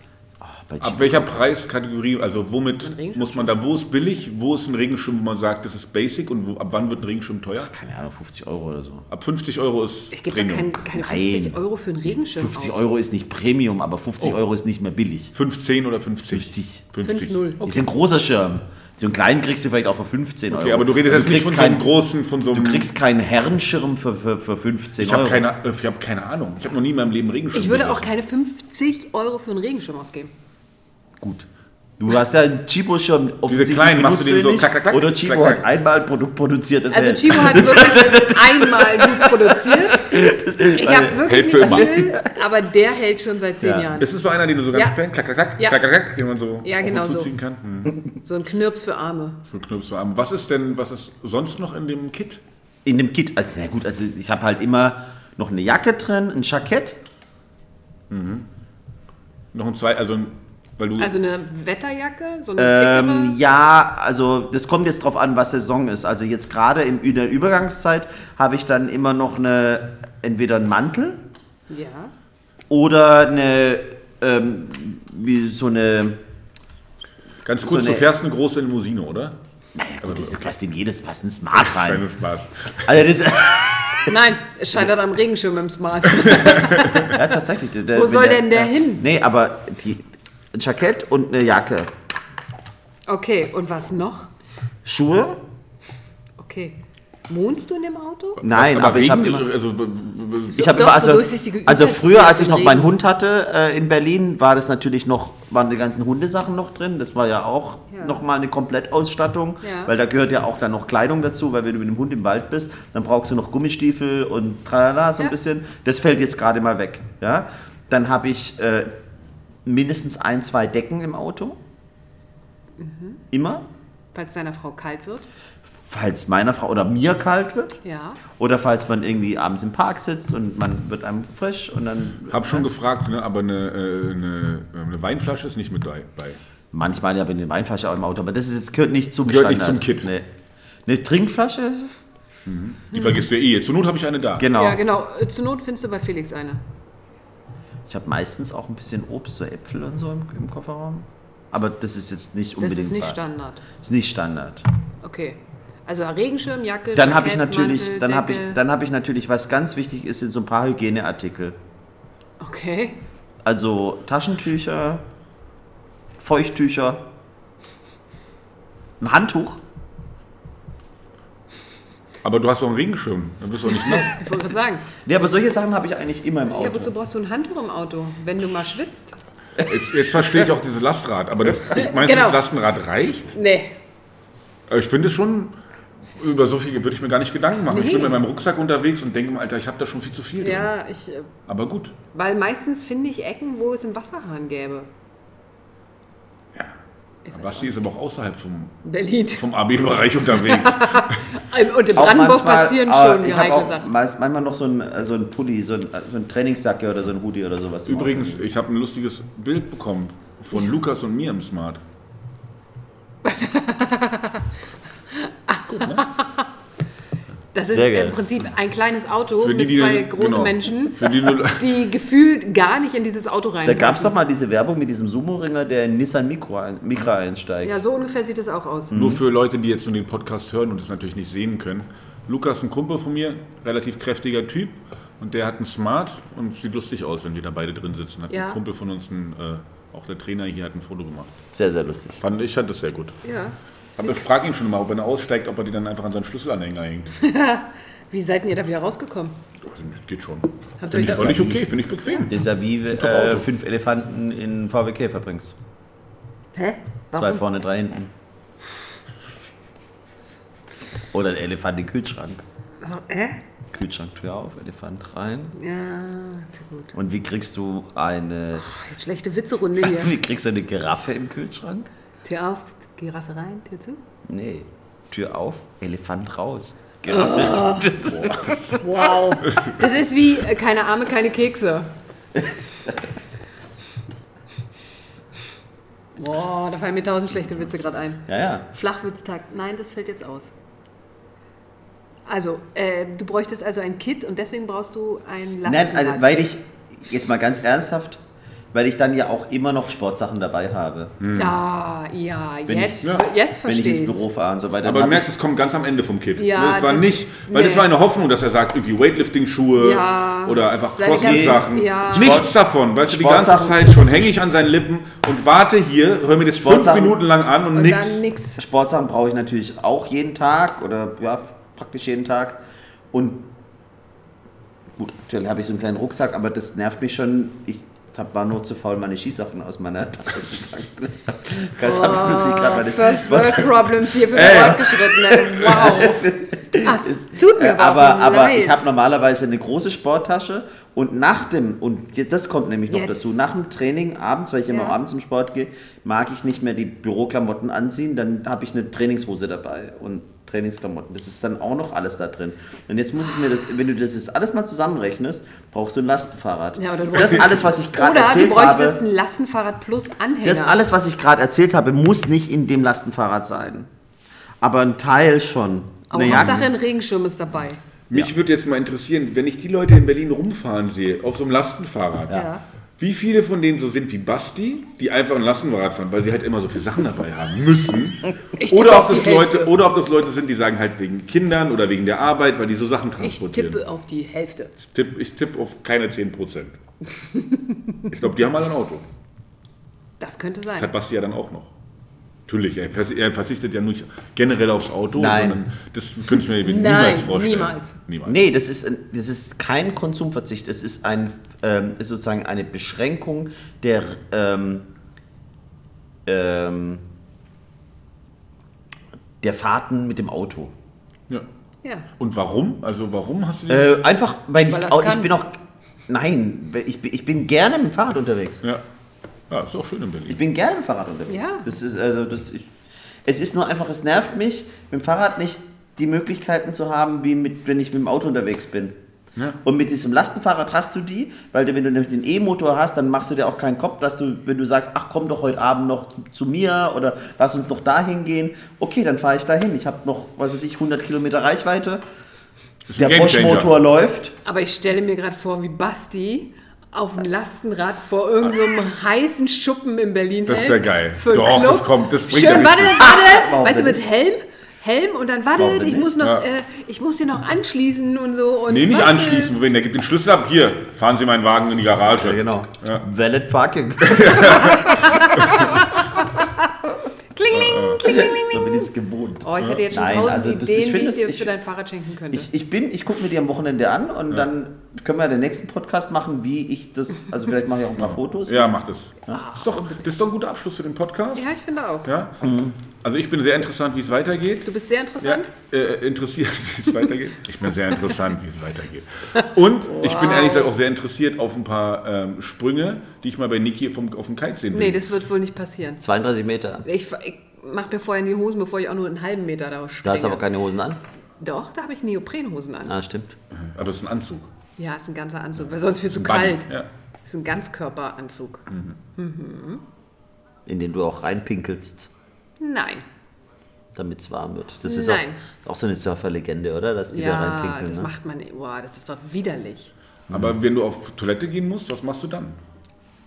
[SPEAKER 3] Bei
[SPEAKER 1] Ab welcher Preiskategorie, also womit
[SPEAKER 2] Regenschirm
[SPEAKER 1] muss man da, wo ist billig, wo ist ein Regenschirm, wo man sagt, das ist basic und wo, ab wann wird ein Regenschirm teuer?
[SPEAKER 3] keine Ahnung, 50 Euro oder so.
[SPEAKER 1] Ab 50 Euro ist
[SPEAKER 2] Ich gebe doch kein, keine 50
[SPEAKER 3] Nein.
[SPEAKER 2] Euro für einen Regenschirm
[SPEAKER 3] 50
[SPEAKER 2] aus.
[SPEAKER 3] Euro ist nicht Premium, aber
[SPEAKER 1] Oh.
[SPEAKER 3] 50 Euro ist nicht mehr billig.
[SPEAKER 1] 15 oder 50?
[SPEAKER 3] 50.
[SPEAKER 1] 50.
[SPEAKER 2] 5-0.
[SPEAKER 3] Ist ein großer Schirm. So einen kleinen kriegst du vielleicht auch für 15 Euro.
[SPEAKER 1] Okay, aber du redest jetzt nicht
[SPEAKER 3] kriegst
[SPEAKER 1] von so einem
[SPEAKER 3] keinen-
[SPEAKER 1] großen, von so einem...
[SPEAKER 3] Du kriegst keinen Herrenschirm für, für, für 15
[SPEAKER 1] ich
[SPEAKER 3] Euro.
[SPEAKER 1] habe keine, äh, ich hab keine Ahnung. Ich habe noch nie in meinem Leben Regenschirm
[SPEAKER 2] Ich würde auch
[SPEAKER 1] besessen.
[SPEAKER 2] keine 50 Euro für einen Regenschirm ausgeben.
[SPEAKER 3] Gut. Du hast ja einen Chibo-Schirm. offensichtlich
[SPEAKER 1] kleinen, machst du
[SPEAKER 3] benutzt
[SPEAKER 1] den so
[SPEAKER 3] nicht.
[SPEAKER 1] klack, klack, klack,
[SPEAKER 3] Oder Chibo
[SPEAKER 1] klack, klack.
[SPEAKER 3] hat einmal ein Produkt produziert. Das
[SPEAKER 2] Also
[SPEAKER 3] hält.
[SPEAKER 2] Chibo hat wirklich einmal gut produziert. Ich habe
[SPEAKER 1] Hält
[SPEAKER 2] wirklich
[SPEAKER 1] für
[SPEAKER 2] nicht
[SPEAKER 1] immer.
[SPEAKER 2] viel, aber der hält schon seit zehn
[SPEAKER 3] Ja.
[SPEAKER 2] Jahren.
[SPEAKER 1] Ist es so einer, den du so ganz
[SPEAKER 2] Ja.
[SPEAKER 1] klein, klack, klack, klack,
[SPEAKER 2] Ja.
[SPEAKER 1] klack, klack, klack, den man so
[SPEAKER 2] Ja,
[SPEAKER 1] auf und
[SPEAKER 2] genau
[SPEAKER 1] zu
[SPEAKER 2] so.
[SPEAKER 1] ziehen kann? Hm,
[SPEAKER 2] So ein Knirps für Arme.
[SPEAKER 1] für Knirpsarm. Was ist denn, was ist sonst noch in dem Kit?
[SPEAKER 3] In dem Kit. Also, na gut, also ich habe halt immer noch eine Jacke drin, ein Jackett.
[SPEAKER 1] Noch ein zwei, also ein- weil du
[SPEAKER 2] Also eine Wetterjacke, so eine
[SPEAKER 3] Ähm,
[SPEAKER 2] dickere.
[SPEAKER 3] ja, also das kommt jetzt drauf an, was Saison ist. Also jetzt gerade in, in der Übergangszeit habe ich dann immer noch eine, entweder einen Mantel
[SPEAKER 2] Ja.
[SPEAKER 3] oder eine, ähm, wie so eine,
[SPEAKER 1] ganz kurz,
[SPEAKER 3] so eine-
[SPEAKER 1] du fährst eine große Limousine, oder?
[SPEAKER 3] naja gut, das passt in jedes, passt ein Smart rein.
[SPEAKER 1] Keinen Spaß.
[SPEAKER 3] Also das, ja
[SPEAKER 2] Nein, es scheitert am Regenschirm im Smart.
[SPEAKER 3] tatsächlich.
[SPEAKER 2] Wo soll denn der hin?
[SPEAKER 3] Nee, aber die, ein Jackett und eine Jacke.
[SPEAKER 2] Okay, und was noch?
[SPEAKER 3] Schuhe?
[SPEAKER 2] Okay. Wohnst du in dem Auto?
[SPEAKER 3] Nein,
[SPEAKER 1] Was,
[SPEAKER 3] aber, ich habe
[SPEAKER 1] Regen-
[SPEAKER 3] immer...
[SPEAKER 1] also, w- w- w-
[SPEAKER 3] Ich habe
[SPEAKER 2] Doch,
[SPEAKER 3] immer,
[SPEAKER 2] so
[SPEAKER 3] also,
[SPEAKER 2] durchsichtige
[SPEAKER 3] also
[SPEAKER 2] Überzieher
[SPEAKER 3] früher, als ich
[SPEAKER 2] zum
[SPEAKER 3] noch meinen
[SPEAKER 2] Regen.
[SPEAKER 3] Hund hatte äh, in Berlin, war das natürlich noch, waren die ganzen Hundesachen noch drin. Das war ja auch
[SPEAKER 2] Ja.
[SPEAKER 3] nochmal eine Komplettausstattung,
[SPEAKER 2] Ja.
[SPEAKER 3] weil da gehört ja auch dann noch Kleidung dazu, weil wenn du mit dem Hund im Wald bist, dann brauchst du noch Gummistiefel und tralala so ein
[SPEAKER 2] Ja.
[SPEAKER 3] bisschen. Das fällt jetzt gerade mal weg. Ja? Dann habe ich äh, mindestens ein, zwei Decken im Auto. Immer.
[SPEAKER 2] Mhm. Falls deiner Frau kalt wird?
[SPEAKER 3] falls meiner Frau oder mir kalt wird.
[SPEAKER 2] Ja.
[SPEAKER 3] Oder falls man irgendwie abends im Park sitzt und man wird einem frisch und dann.
[SPEAKER 1] Hab schon gefragt, ne, aber eine, äh, eine, äh, eine Weinflasche ist nicht mit bei. bei.
[SPEAKER 3] Manchmal ja, wenn eine Weinflasche auch im Auto, aber das ist jetzt gehört nicht zum
[SPEAKER 1] Gehört nicht
[SPEAKER 3] Standard.
[SPEAKER 1] zum Kit.
[SPEAKER 3] Nee. Eine Trinkflasche?
[SPEAKER 1] Die
[SPEAKER 2] Hm.
[SPEAKER 1] vergisst du ja eh. Zur Not habe ich eine da.
[SPEAKER 3] Genau.
[SPEAKER 2] Ja, genau. Äh, Zur Not findest du bei Felix eine.
[SPEAKER 3] Ich habe meistens auch ein bisschen Obst, so Äpfel und so im, im Kofferraum. Aber das ist jetzt nicht
[SPEAKER 2] Das
[SPEAKER 3] unbedingt.
[SPEAKER 2] ist nicht
[SPEAKER 3] wahr.
[SPEAKER 2] Standard.
[SPEAKER 3] Ist nicht Standard.
[SPEAKER 2] Okay. Also Regenschirm, Jacke,
[SPEAKER 3] Dann habe ich
[SPEAKER 2] Jackett,
[SPEAKER 3] natürlich,
[SPEAKER 2] Mantel,
[SPEAKER 3] dann habe
[SPEAKER 2] Decke.
[SPEAKER 3] ich, dann habe ich natürlich, was ganz wichtig ist, sind so ein paar Hygieneartikel.
[SPEAKER 2] Okay.
[SPEAKER 3] Also Taschentücher, Feuchttücher, ein Handtuch.
[SPEAKER 1] Aber du hast doch einen Regenschirm. Dann bist du doch nicht nass.
[SPEAKER 2] Ich wollte gerade sagen.
[SPEAKER 3] Nee, aber solche Sachen habe ich eigentlich immer im
[SPEAKER 2] Ja, wozu
[SPEAKER 3] Auto.
[SPEAKER 2] brauchst du ein Handtuch im Auto, wenn du mal schwitzt?
[SPEAKER 1] Jetzt, jetzt verstehe ich auch dieses Lastrad. Aber das, ich meinst du,
[SPEAKER 2] Genau.
[SPEAKER 1] das Lastenrad reicht?
[SPEAKER 2] Nee.
[SPEAKER 1] Ich finde es schon, über so viel würde ich mir gar nicht Gedanken machen. Ich
[SPEAKER 2] Nee.
[SPEAKER 1] bin mit meinem Rucksack unterwegs und denke mir, Alter, ich habe da schon viel zu viel drin.
[SPEAKER 2] Ja, ich. äh,
[SPEAKER 1] Aber gut.
[SPEAKER 2] Weil meistens finde ich Ecken, wo es einen Wasserhahn gäbe. Ja.
[SPEAKER 1] Basti ist aber auch außerhalb vom,
[SPEAKER 2] Berlin.
[SPEAKER 1] vom AB-Bereich unterwegs.
[SPEAKER 2] Und in
[SPEAKER 3] Auch
[SPEAKER 2] Brandenburg
[SPEAKER 3] manchmal-
[SPEAKER 2] passieren
[SPEAKER 3] aber
[SPEAKER 2] schon
[SPEAKER 3] ich habe
[SPEAKER 2] heikle
[SPEAKER 3] auch
[SPEAKER 2] Sachen.
[SPEAKER 3] meist, manchmal noch so ein, äh, so ein Pulli, so ein, äh, so ein Trainingsjacke oder so ein Hoodie oder sowas. im Auto.
[SPEAKER 1] Übrigens, ich habe ein lustiges Bild bekommen von Lukas und mir im Smart.
[SPEAKER 2] Das ist
[SPEAKER 3] Sehr geil.
[SPEAKER 2] im Prinzip ein kleines Auto mit zwei großen
[SPEAKER 1] genau.
[SPEAKER 2] Menschen,
[SPEAKER 1] Für die, nur-
[SPEAKER 2] die gefühlt gar nicht in dieses Auto rein.
[SPEAKER 3] Da gab es doch mal diese Werbung mit diesem Sumo-Ringer, der in Nissan Micro ein, Micra einsteigt.
[SPEAKER 2] Ja, so ungefähr sieht es auch aus.
[SPEAKER 3] Hm.
[SPEAKER 1] nur für Leute, die jetzt nur den Podcast hören und das natürlich nicht sehen können. Lukas, ein Kumpel von mir, relativ kräftiger Typ. Und der hat einen Smart und sieht lustig aus, wenn wir da beide drin sitzen. Hat
[SPEAKER 2] Ja.
[SPEAKER 1] ein Kumpel von uns, ein, äh, auch der Trainer hier, hat ein Foto gemacht.
[SPEAKER 3] Sehr, sehr lustig.
[SPEAKER 1] Fand, ich fand das sehr gut.
[SPEAKER 2] Ja.
[SPEAKER 1] Aber ich frage ihn schon mal, ob er aussteigt, ob er die dann einfach an seinen Schlüsselanhänger hängt. Also,
[SPEAKER 2] Wie seid ihr da wieder rausgekommen?
[SPEAKER 1] Das geht schon.
[SPEAKER 2] Habt ihr euch
[SPEAKER 1] Finde ich
[SPEAKER 2] das
[SPEAKER 1] völlig okay, finde ich bequem.
[SPEAKER 3] Vis-à-vis
[SPEAKER 1] Top-Auto.
[SPEAKER 3] äh, fünf Elefanten in VW Käfer bringst.
[SPEAKER 2] Hä?
[SPEAKER 3] Zwei vorne, drei hinten. Oder ein Elefant in den Kühlschrank.
[SPEAKER 2] Hä?
[SPEAKER 3] Kühlschranktür auf, Elefant rein.
[SPEAKER 2] Ja, ist gut.
[SPEAKER 3] Und wie kriegst du eine.
[SPEAKER 2] Jetzt schlechte Witzerunde hier.
[SPEAKER 3] Wie kriegst du eine Giraffe im Kühlschrank?
[SPEAKER 2] Tür auf, Giraffe rein, Tür zu.
[SPEAKER 3] Nee. Tür auf, Elefant raus. Giraffe.
[SPEAKER 2] Wow. Das ist wie äh, keine Arme, keine Kekse. Boah, da fallen mir tausend schlechte Witze gerade ein.
[SPEAKER 3] Ja, ja.
[SPEAKER 2] Flachwitztag. Nein, das fällt jetzt aus. Also, äh, du bräuchtest also ein Kit und deswegen brauchst du ein Lastenrad.
[SPEAKER 3] Nein, also, weil ich, jetzt mal ganz ernsthaft, weil ich dann ja auch immer noch Sportsachen dabei habe,
[SPEAKER 2] Hm. ja, ja,
[SPEAKER 3] Hm. Wenn ich-
[SPEAKER 2] jetzt,
[SPEAKER 1] ja,
[SPEAKER 2] jetzt
[SPEAKER 3] wenn ich
[SPEAKER 2] verstehe
[SPEAKER 3] ins
[SPEAKER 2] ich
[SPEAKER 3] Büro fahre und so weiter.
[SPEAKER 1] Aber du
[SPEAKER 3] Dann hab
[SPEAKER 1] merkst, es kommt ganz am Ende vom Kit.
[SPEAKER 2] Ja,
[SPEAKER 1] das war
[SPEAKER 2] das-
[SPEAKER 1] nicht, weil das
[SPEAKER 2] nee.
[SPEAKER 1] war eine Hoffnung, dass er sagt, irgendwie Weightlifting-Schuhe
[SPEAKER 2] Ja.
[SPEAKER 1] oder einfach
[SPEAKER 2] Seine ganzen-
[SPEAKER 1] Crossfit-Sachen.
[SPEAKER 2] Ja.
[SPEAKER 1] Nichts davon. Weißt du, die ganze
[SPEAKER 3] Sportsachen-
[SPEAKER 1] Zeit schon hänge ich an seinen Lippen und warte hier, höre mir das fünf
[SPEAKER 3] Sportsachen-
[SPEAKER 1] Minuten lang an und,
[SPEAKER 2] Und
[SPEAKER 1] nix.
[SPEAKER 2] dann nix.
[SPEAKER 3] ich- Sportsachen brauche ich natürlich auch jeden Tag oder ja, praktisch jeden Tag. Und gut, aktuell habe ich so einen kleinen Rucksack, aber das nervt mich schon. Ich hab- war nur zu faul, meine Skisachen aus meiner Tasche zu packen. Deshalb deshalb benutze ich gerade meine
[SPEAKER 2] Oh, First World
[SPEAKER 3] Sportsachen.
[SPEAKER 2] Problems hier für
[SPEAKER 1] Ey.
[SPEAKER 2] Fortgeschrittene. Wow. Das tut mir
[SPEAKER 3] Äh, aber,
[SPEAKER 2] wahnsinnig
[SPEAKER 3] aber
[SPEAKER 2] leid.
[SPEAKER 3] ich habe normalerweise eine große Sporttasche und nach dem, und jetzt- das kommt nämlich noch
[SPEAKER 2] Jetzt.
[SPEAKER 3] dazu, nach dem Training abends, weil ich immer
[SPEAKER 2] Ja.
[SPEAKER 3] abends zum Sport gehe, mag ich nicht mehr die Büroklamotten anziehen, dann habe ich eine Trainingshose dabei und Trainingsklamotten. Das ist dann auch noch alles da drin. Und jetzt muss ich mir das, wenn du das jetzt alles mal zusammenrechnest, brauchst du ein Lastenfahrrad.
[SPEAKER 2] Ja, oder du
[SPEAKER 3] das
[SPEAKER 2] brauchst-
[SPEAKER 3] alles, was ich gerade
[SPEAKER 2] Oder du
[SPEAKER 3] erzählt
[SPEAKER 2] bräuchtest
[SPEAKER 3] habe,
[SPEAKER 2] ein Lastenfahrrad plus Anhänger.
[SPEAKER 3] das alles, was ich gerade erzählt habe, muss nicht in dem Lastenfahrrad sein. Aber ein Teil schon.
[SPEAKER 2] Aber
[SPEAKER 3] Eine
[SPEAKER 2] Hauptsache
[SPEAKER 3] Jacke.
[SPEAKER 2] ein Regenschirm ist dabei.
[SPEAKER 1] Mich würde jetzt mal interessieren, wenn ich die Leute in Berlin rumfahren sehe, auf so einem Lastenfahrrad,
[SPEAKER 2] Ja.
[SPEAKER 1] wie viele von denen so sind wie Basti, die einfach ein Lastenrad fahren, weil sie halt immer so viele Sachen dabei haben müssen.
[SPEAKER 2] Ich tippe
[SPEAKER 1] Oder ob,
[SPEAKER 2] auf
[SPEAKER 1] das
[SPEAKER 2] die Hälfte.
[SPEAKER 1] Leute, oder ob das Leute sind, die sagen halt wegen Kindern oder wegen der Arbeit, weil die so Sachen
[SPEAKER 2] Ich
[SPEAKER 1] transportieren.
[SPEAKER 2] tippe auf die Hälfte.
[SPEAKER 1] Tipp, ich tippe auf keine 10%. ich glaube, die haben alle ein Auto.
[SPEAKER 2] Das könnte
[SPEAKER 1] Das hat
[SPEAKER 2] sein.
[SPEAKER 1] Basti ja dann auch noch. Natürlich, er vers- er verzichtet ja nicht generell aufs Auto,
[SPEAKER 3] Nein.
[SPEAKER 1] sondern das könnte ich mir eben
[SPEAKER 2] Nein,
[SPEAKER 1] niemals vorstellen.
[SPEAKER 2] niemals.
[SPEAKER 1] niemals.
[SPEAKER 3] Nee, das ist, ein- das ist kein Konsumverzicht. Es ist, ein, ähm, ist sozusagen eine Beschränkung der. Ähm, ähm, der Fahrten mit dem Auto.
[SPEAKER 1] Ja.
[SPEAKER 2] Ja.
[SPEAKER 1] Und warum? Also warum hast du die
[SPEAKER 3] Äh, einfach, weil ich,
[SPEAKER 2] Weil das
[SPEAKER 3] auch, ich
[SPEAKER 2] kann.
[SPEAKER 3] bin auch. Nein, weil ich, bin- ich bin gerne mit dem Fahrrad unterwegs.
[SPEAKER 1] Ja. ja, ist auch schön in Berlin.
[SPEAKER 3] Ich bin gerne mit dem Fahrrad unterwegs.
[SPEAKER 2] Ja.
[SPEAKER 3] Das ist, also, das, ich, es ist nur einfach, es nervt mich, mit dem Fahrrad nicht die Möglichkeiten zu haben, wie mit, wenn ich mit dem Auto unterwegs bin.
[SPEAKER 1] Ja.
[SPEAKER 3] Und mit diesem Lastenfahrrad hast du die, weil du, wenn du nämlich den E-Motor hast, dann machst du dir auch keinen Kopf, dass du, wenn du sagst, ach komm doch heute Abend noch zu mir oder lass uns doch dahin gehen, okay, dann fahre ich dahin. Ich habe noch, was weiß ich, 100 Kilometer Reichweite,
[SPEAKER 1] Das ist
[SPEAKER 3] der
[SPEAKER 1] ein Gamechanger.
[SPEAKER 3] Bosch-Motor läuft.
[SPEAKER 2] Aber ich stelle mir gerade vor, wie Basti auf dem Lastenrad vor irgendeinem heißen Schuppen in Berlin
[SPEAKER 1] Das
[SPEAKER 2] hält.
[SPEAKER 1] wär geil.
[SPEAKER 2] Für einen
[SPEAKER 1] Doch,
[SPEAKER 2] Club.
[SPEAKER 1] das kommt, das bringt ja
[SPEAKER 2] Schön,
[SPEAKER 1] nichts.
[SPEAKER 2] warte, warte.
[SPEAKER 3] Warum
[SPEAKER 2] Weißt du,
[SPEAKER 3] denn
[SPEAKER 2] mit Helm? Helm und dann
[SPEAKER 3] Warum
[SPEAKER 2] wartet,
[SPEAKER 3] denn
[SPEAKER 2] ich muss noch,
[SPEAKER 1] Ja.
[SPEAKER 2] äh, ich muss hier noch anschließen und so. Und
[SPEAKER 1] Nee, nicht
[SPEAKER 2] wartet.
[SPEAKER 1] anschließen, wenn der gibt den Schlüssel ab. Hier, fahren Sie meinen Wagen in die Garage.
[SPEAKER 3] Genau. Valid Parking.
[SPEAKER 2] Klingeling, klingeling.
[SPEAKER 3] so bin ich es gewohnt.
[SPEAKER 2] Oh, ich hätte jetzt schon
[SPEAKER 3] Nein,
[SPEAKER 2] tausend
[SPEAKER 3] also das- ich
[SPEAKER 2] Ideen,
[SPEAKER 3] find
[SPEAKER 2] die ich
[SPEAKER 3] das-
[SPEAKER 2] dir
[SPEAKER 3] ich-
[SPEAKER 2] für dein Fahrrad schenken könnte.
[SPEAKER 3] Ich, ich bin, ich gucke mir die am Wochenende an und dann können wir den nächsten Podcast machen, wie ich das, also vielleicht mache ich auch ein paar Fotos.
[SPEAKER 1] Ja, mach das.
[SPEAKER 3] Ah,
[SPEAKER 1] Ist doch, das ist doch ein guter Abschluss für den Podcast.
[SPEAKER 2] ja, ich finde auch.
[SPEAKER 1] Ja?
[SPEAKER 3] Mhm.
[SPEAKER 1] Also ich bin sehr interessant, wie es weitergeht.
[SPEAKER 2] Du bist sehr interessant.
[SPEAKER 1] Ja, äh, interessiert, wie es weitergeht. Ich bin sehr interessant, wie es weitergeht. Und ich bin ehrlich gesagt auch sehr interessiert auf ein paar ähm, Sprünge, die ich mal bei Niki vom, auf dem Kite sehen will.
[SPEAKER 2] Nee, das wird wohl nicht passieren.
[SPEAKER 3] 32 Meter.
[SPEAKER 2] Ich, ich mach mir vorher in die Hosen, bevor ich auch nur einen halben Meter da springe.
[SPEAKER 3] Du hast aber keine Hosen an.
[SPEAKER 2] Doch, da habe ich Neoprenhosen an.
[SPEAKER 3] Ah, stimmt.
[SPEAKER 1] Aber es ist ein Anzug.
[SPEAKER 2] Ja, ist ein ganzer Anzug, weil sonst wird es zu
[SPEAKER 1] Buddy.
[SPEAKER 2] kalt.
[SPEAKER 1] Ja.
[SPEAKER 2] Ist ein Ganzkörperanzug.
[SPEAKER 3] In den du auch reinpinkelst,
[SPEAKER 2] Nein.
[SPEAKER 3] damit es warm wird. Das ist auch,
[SPEAKER 2] Nein.
[SPEAKER 3] ist auch so eine Surferlegende, oder? Dass die da
[SPEAKER 2] Ja,
[SPEAKER 3] reinpinkeln.
[SPEAKER 2] das
[SPEAKER 3] ne?
[SPEAKER 2] macht man. Boah, das ist doch widerlich.
[SPEAKER 1] Aber wenn du auf Toilette gehen musst, was machst du dann?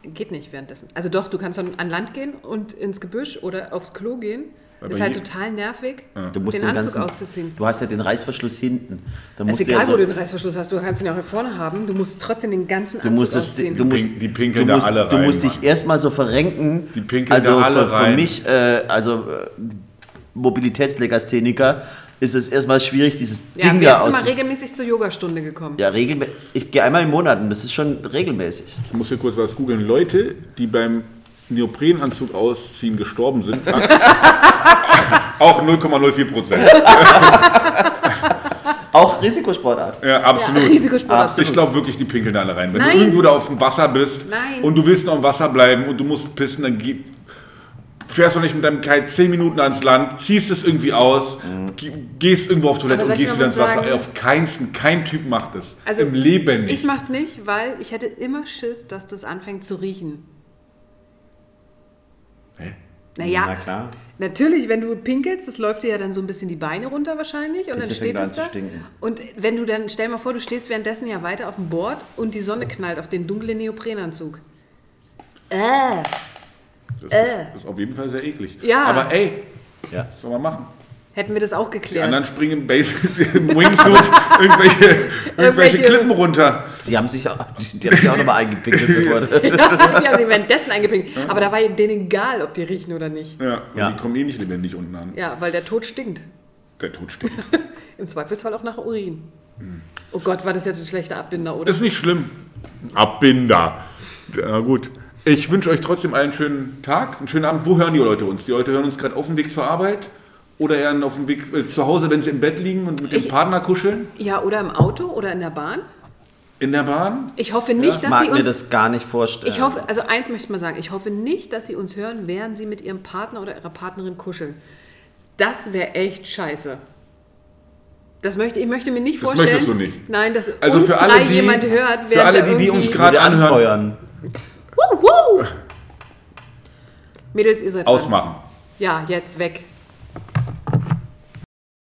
[SPEAKER 2] Geht nicht währenddessen. Also doch, du kannst dann an Land gehen und ins Gebüsch oder aufs Klo gehen.
[SPEAKER 1] Aber
[SPEAKER 2] ist halt
[SPEAKER 1] je-
[SPEAKER 2] total nervig,
[SPEAKER 3] Du musst
[SPEAKER 2] den
[SPEAKER 3] den
[SPEAKER 2] Anzug
[SPEAKER 3] ganzen-
[SPEAKER 2] auszuziehen.
[SPEAKER 3] Du hast ja den Reißverschluss hinten. Da
[SPEAKER 2] Es
[SPEAKER 3] musst
[SPEAKER 2] ist
[SPEAKER 3] du ja
[SPEAKER 2] egal,
[SPEAKER 3] so-
[SPEAKER 2] wo du den Reißverschluss hast, du kannst ihn auch hier vorne haben. Du musst trotzdem den ganzen
[SPEAKER 3] Du
[SPEAKER 2] Anzug
[SPEAKER 3] musst, es,
[SPEAKER 2] ausziehen.
[SPEAKER 3] du musst,
[SPEAKER 1] Die pinkeln
[SPEAKER 3] du
[SPEAKER 1] da
[SPEAKER 3] musst,
[SPEAKER 1] alle
[SPEAKER 3] Du
[SPEAKER 1] rein,
[SPEAKER 3] musst dich
[SPEAKER 1] Mann.
[SPEAKER 3] erstmal so verrenken.
[SPEAKER 1] Die pinkeln
[SPEAKER 3] also
[SPEAKER 1] da alle
[SPEAKER 3] für, für
[SPEAKER 1] rein.
[SPEAKER 3] mich, äh, also äh, Mobilitätslegastheniker, ist es erstmal schwierig, dieses
[SPEAKER 2] ja,
[SPEAKER 3] Ding da
[SPEAKER 2] wärst du
[SPEAKER 3] aus.
[SPEAKER 2] mal regelmäßig zur Yogastunde gekommen.
[SPEAKER 3] Ja, regelmäßig. Ich gehe einmal im Monat und das ist schon regelmäßig.
[SPEAKER 1] Ich muss hier kurz was googeln. Leute, die beim Neoprenanzug ausziehen gestorben sind, hat- auch 0,04 Prozent.
[SPEAKER 3] Auch Risikosportart.
[SPEAKER 1] Ja, absolut.
[SPEAKER 2] Risikosportart.
[SPEAKER 1] Ich glaube wirklich, die pinkeln da alle rein. Wenn
[SPEAKER 2] Nein.
[SPEAKER 1] du irgendwo da auf dem Wasser bist
[SPEAKER 2] Nein.
[SPEAKER 1] und du willst noch am Wasser bleiben und du musst pissen, dann geh, fährst du nicht mit deinem Kite 10 Minuten ans Land, ziehst es irgendwie aus, ge- gehst irgendwo auf Toilette
[SPEAKER 2] Mhm.
[SPEAKER 1] und
[SPEAKER 2] Aber soll ich
[SPEAKER 1] gehst
[SPEAKER 2] noch
[SPEAKER 1] wieder
[SPEAKER 2] was
[SPEAKER 1] ins Wasser.
[SPEAKER 2] sagen?
[SPEAKER 1] Ey, auf keinsten, kein Typ macht das.
[SPEAKER 2] Also,
[SPEAKER 1] Im Leben
[SPEAKER 2] Ich
[SPEAKER 1] nicht.
[SPEAKER 2] mach's nicht, weil ich hätte immer Schiss, dass das anfängt zu riechen. Hä? Naja,
[SPEAKER 3] Na klar.
[SPEAKER 2] natürlich, wenn du pinkelst, das läuft dir ja dann so ein bisschen die Beine runter wahrscheinlich und
[SPEAKER 3] Bis
[SPEAKER 2] dann
[SPEAKER 3] sie
[SPEAKER 2] steht
[SPEAKER 3] fängt an
[SPEAKER 2] es
[SPEAKER 3] zu
[SPEAKER 2] da.
[SPEAKER 3] stinken.
[SPEAKER 2] Und wenn du dann, stell mal vor, du stehst währenddessen ja weiter auf dem Board und die Sonne knallt auf den dunklen Neoprenanzug. Äh,
[SPEAKER 1] Das, ist, das ist auf jeden Fall sehr eklig.
[SPEAKER 2] Ja.
[SPEAKER 1] Aber ey,
[SPEAKER 3] Ja.
[SPEAKER 1] was soll man machen?
[SPEAKER 2] hätten wir das auch
[SPEAKER 1] Die
[SPEAKER 2] geklärt.
[SPEAKER 1] anderen springen im, Base, im Wingsuit irgendwelche, irgendwelche
[SPEAKER 2] Irgendwelche-
[SPEAKER 1] Klippen runter.
[SPEAKER 3] Die haben sich, auch- die, die haben sich auch nochmal eingepinkelt. Bevor,
[SPEAKER 2] die haben sich währenddessen eingepinkelt. Aber da war denen egal, ob die riechen oder nicht.
[SPEAKER 1] Ja, und
[SPEAKER 3] Ja.
[SPEAKER 1] die kommen eh nicht lebendig unten an.
[SPEAKER 2] Ja, weil der Tod stinkt.
[SPEAKER 1] Der Tod steht.
[SPEAKER 2] Im Zweifelsfall auch nach Urin.
[SPEAKER 1] Hm.
[SPEAKER 2] Oh Gott, war das jetzt ein schlechter Abbinder, oder?
[SPEAKER 1] Ist nicht schlimm. Abbinder. Na gut. Ich wünsche euch trotzdem allen einen schönen Tag, einen schönen Abend. Wo hören die Leute uns? Die Leute hören uns gerade auf dem Weg zur Arbeit oder eher auf dem Weg äh, zu Hause, wenn sie im Bett liegen und mit dem
[SPEAKER 2] Ich-
[SPEAKER 1] Partner kuscheln.
[SPEAKER 2] Ja, oder im Auto oder in der Bahn.
[SPEAKER 1] In der Bahn.
[SPEAKER 2] Ich hoffe nicht,
[SPEAKER 3] ich
[SPEAKER 2] dass
[SPEAKER 3] mag
[SPEAKER 2] sie
[SPEAKER 3] mir
[SPEAKER 2] uns.
[SPEAKER 3] das gar nicht vorstellen.
[SPEAKER 2] ich hoffe, also eins möchte ich mal sagen, ich hoffe nicht, dass sie uns hören, während sie mit ihrem Partner oder ihrer Partnerin kuscheln. Das wäre echt scheiße. Das möchte ich möchte mir nicht
[SPEAKER 1] Das
[SPEAKER 2] vorstellen.
[SPEAKER 1] möchtest du nicht.
[SPEAKER 2] Nein, dass
[SPEAKER 1] Also
[SPEAKER 2] uns
[SPEAKER 1] für alle,
[SPEAKER 2] drei
[SPEAKER 1] die-
[SPEAKER 2] jemand hört,
[SPEAKER 1] für
[SPEAKER 2] während
[SPEAKER 1] alle,
[SPEAKER 2] da
[SPEAKER 1] die- die
[SPEAKER 2] irgendwie-
[SPEAKER 1] uns gerade-
[SPEAKER 3] Würde
[SPEAKER 1] anhören.
[SPEAKER 3] anfeuern.
[SPEAKER 2] Wuh, wuh. Mädels, ihr seid dran.
[SPEAKER 1] Ausmachen.
[SPEAKER 2] Ja, jetzt weg.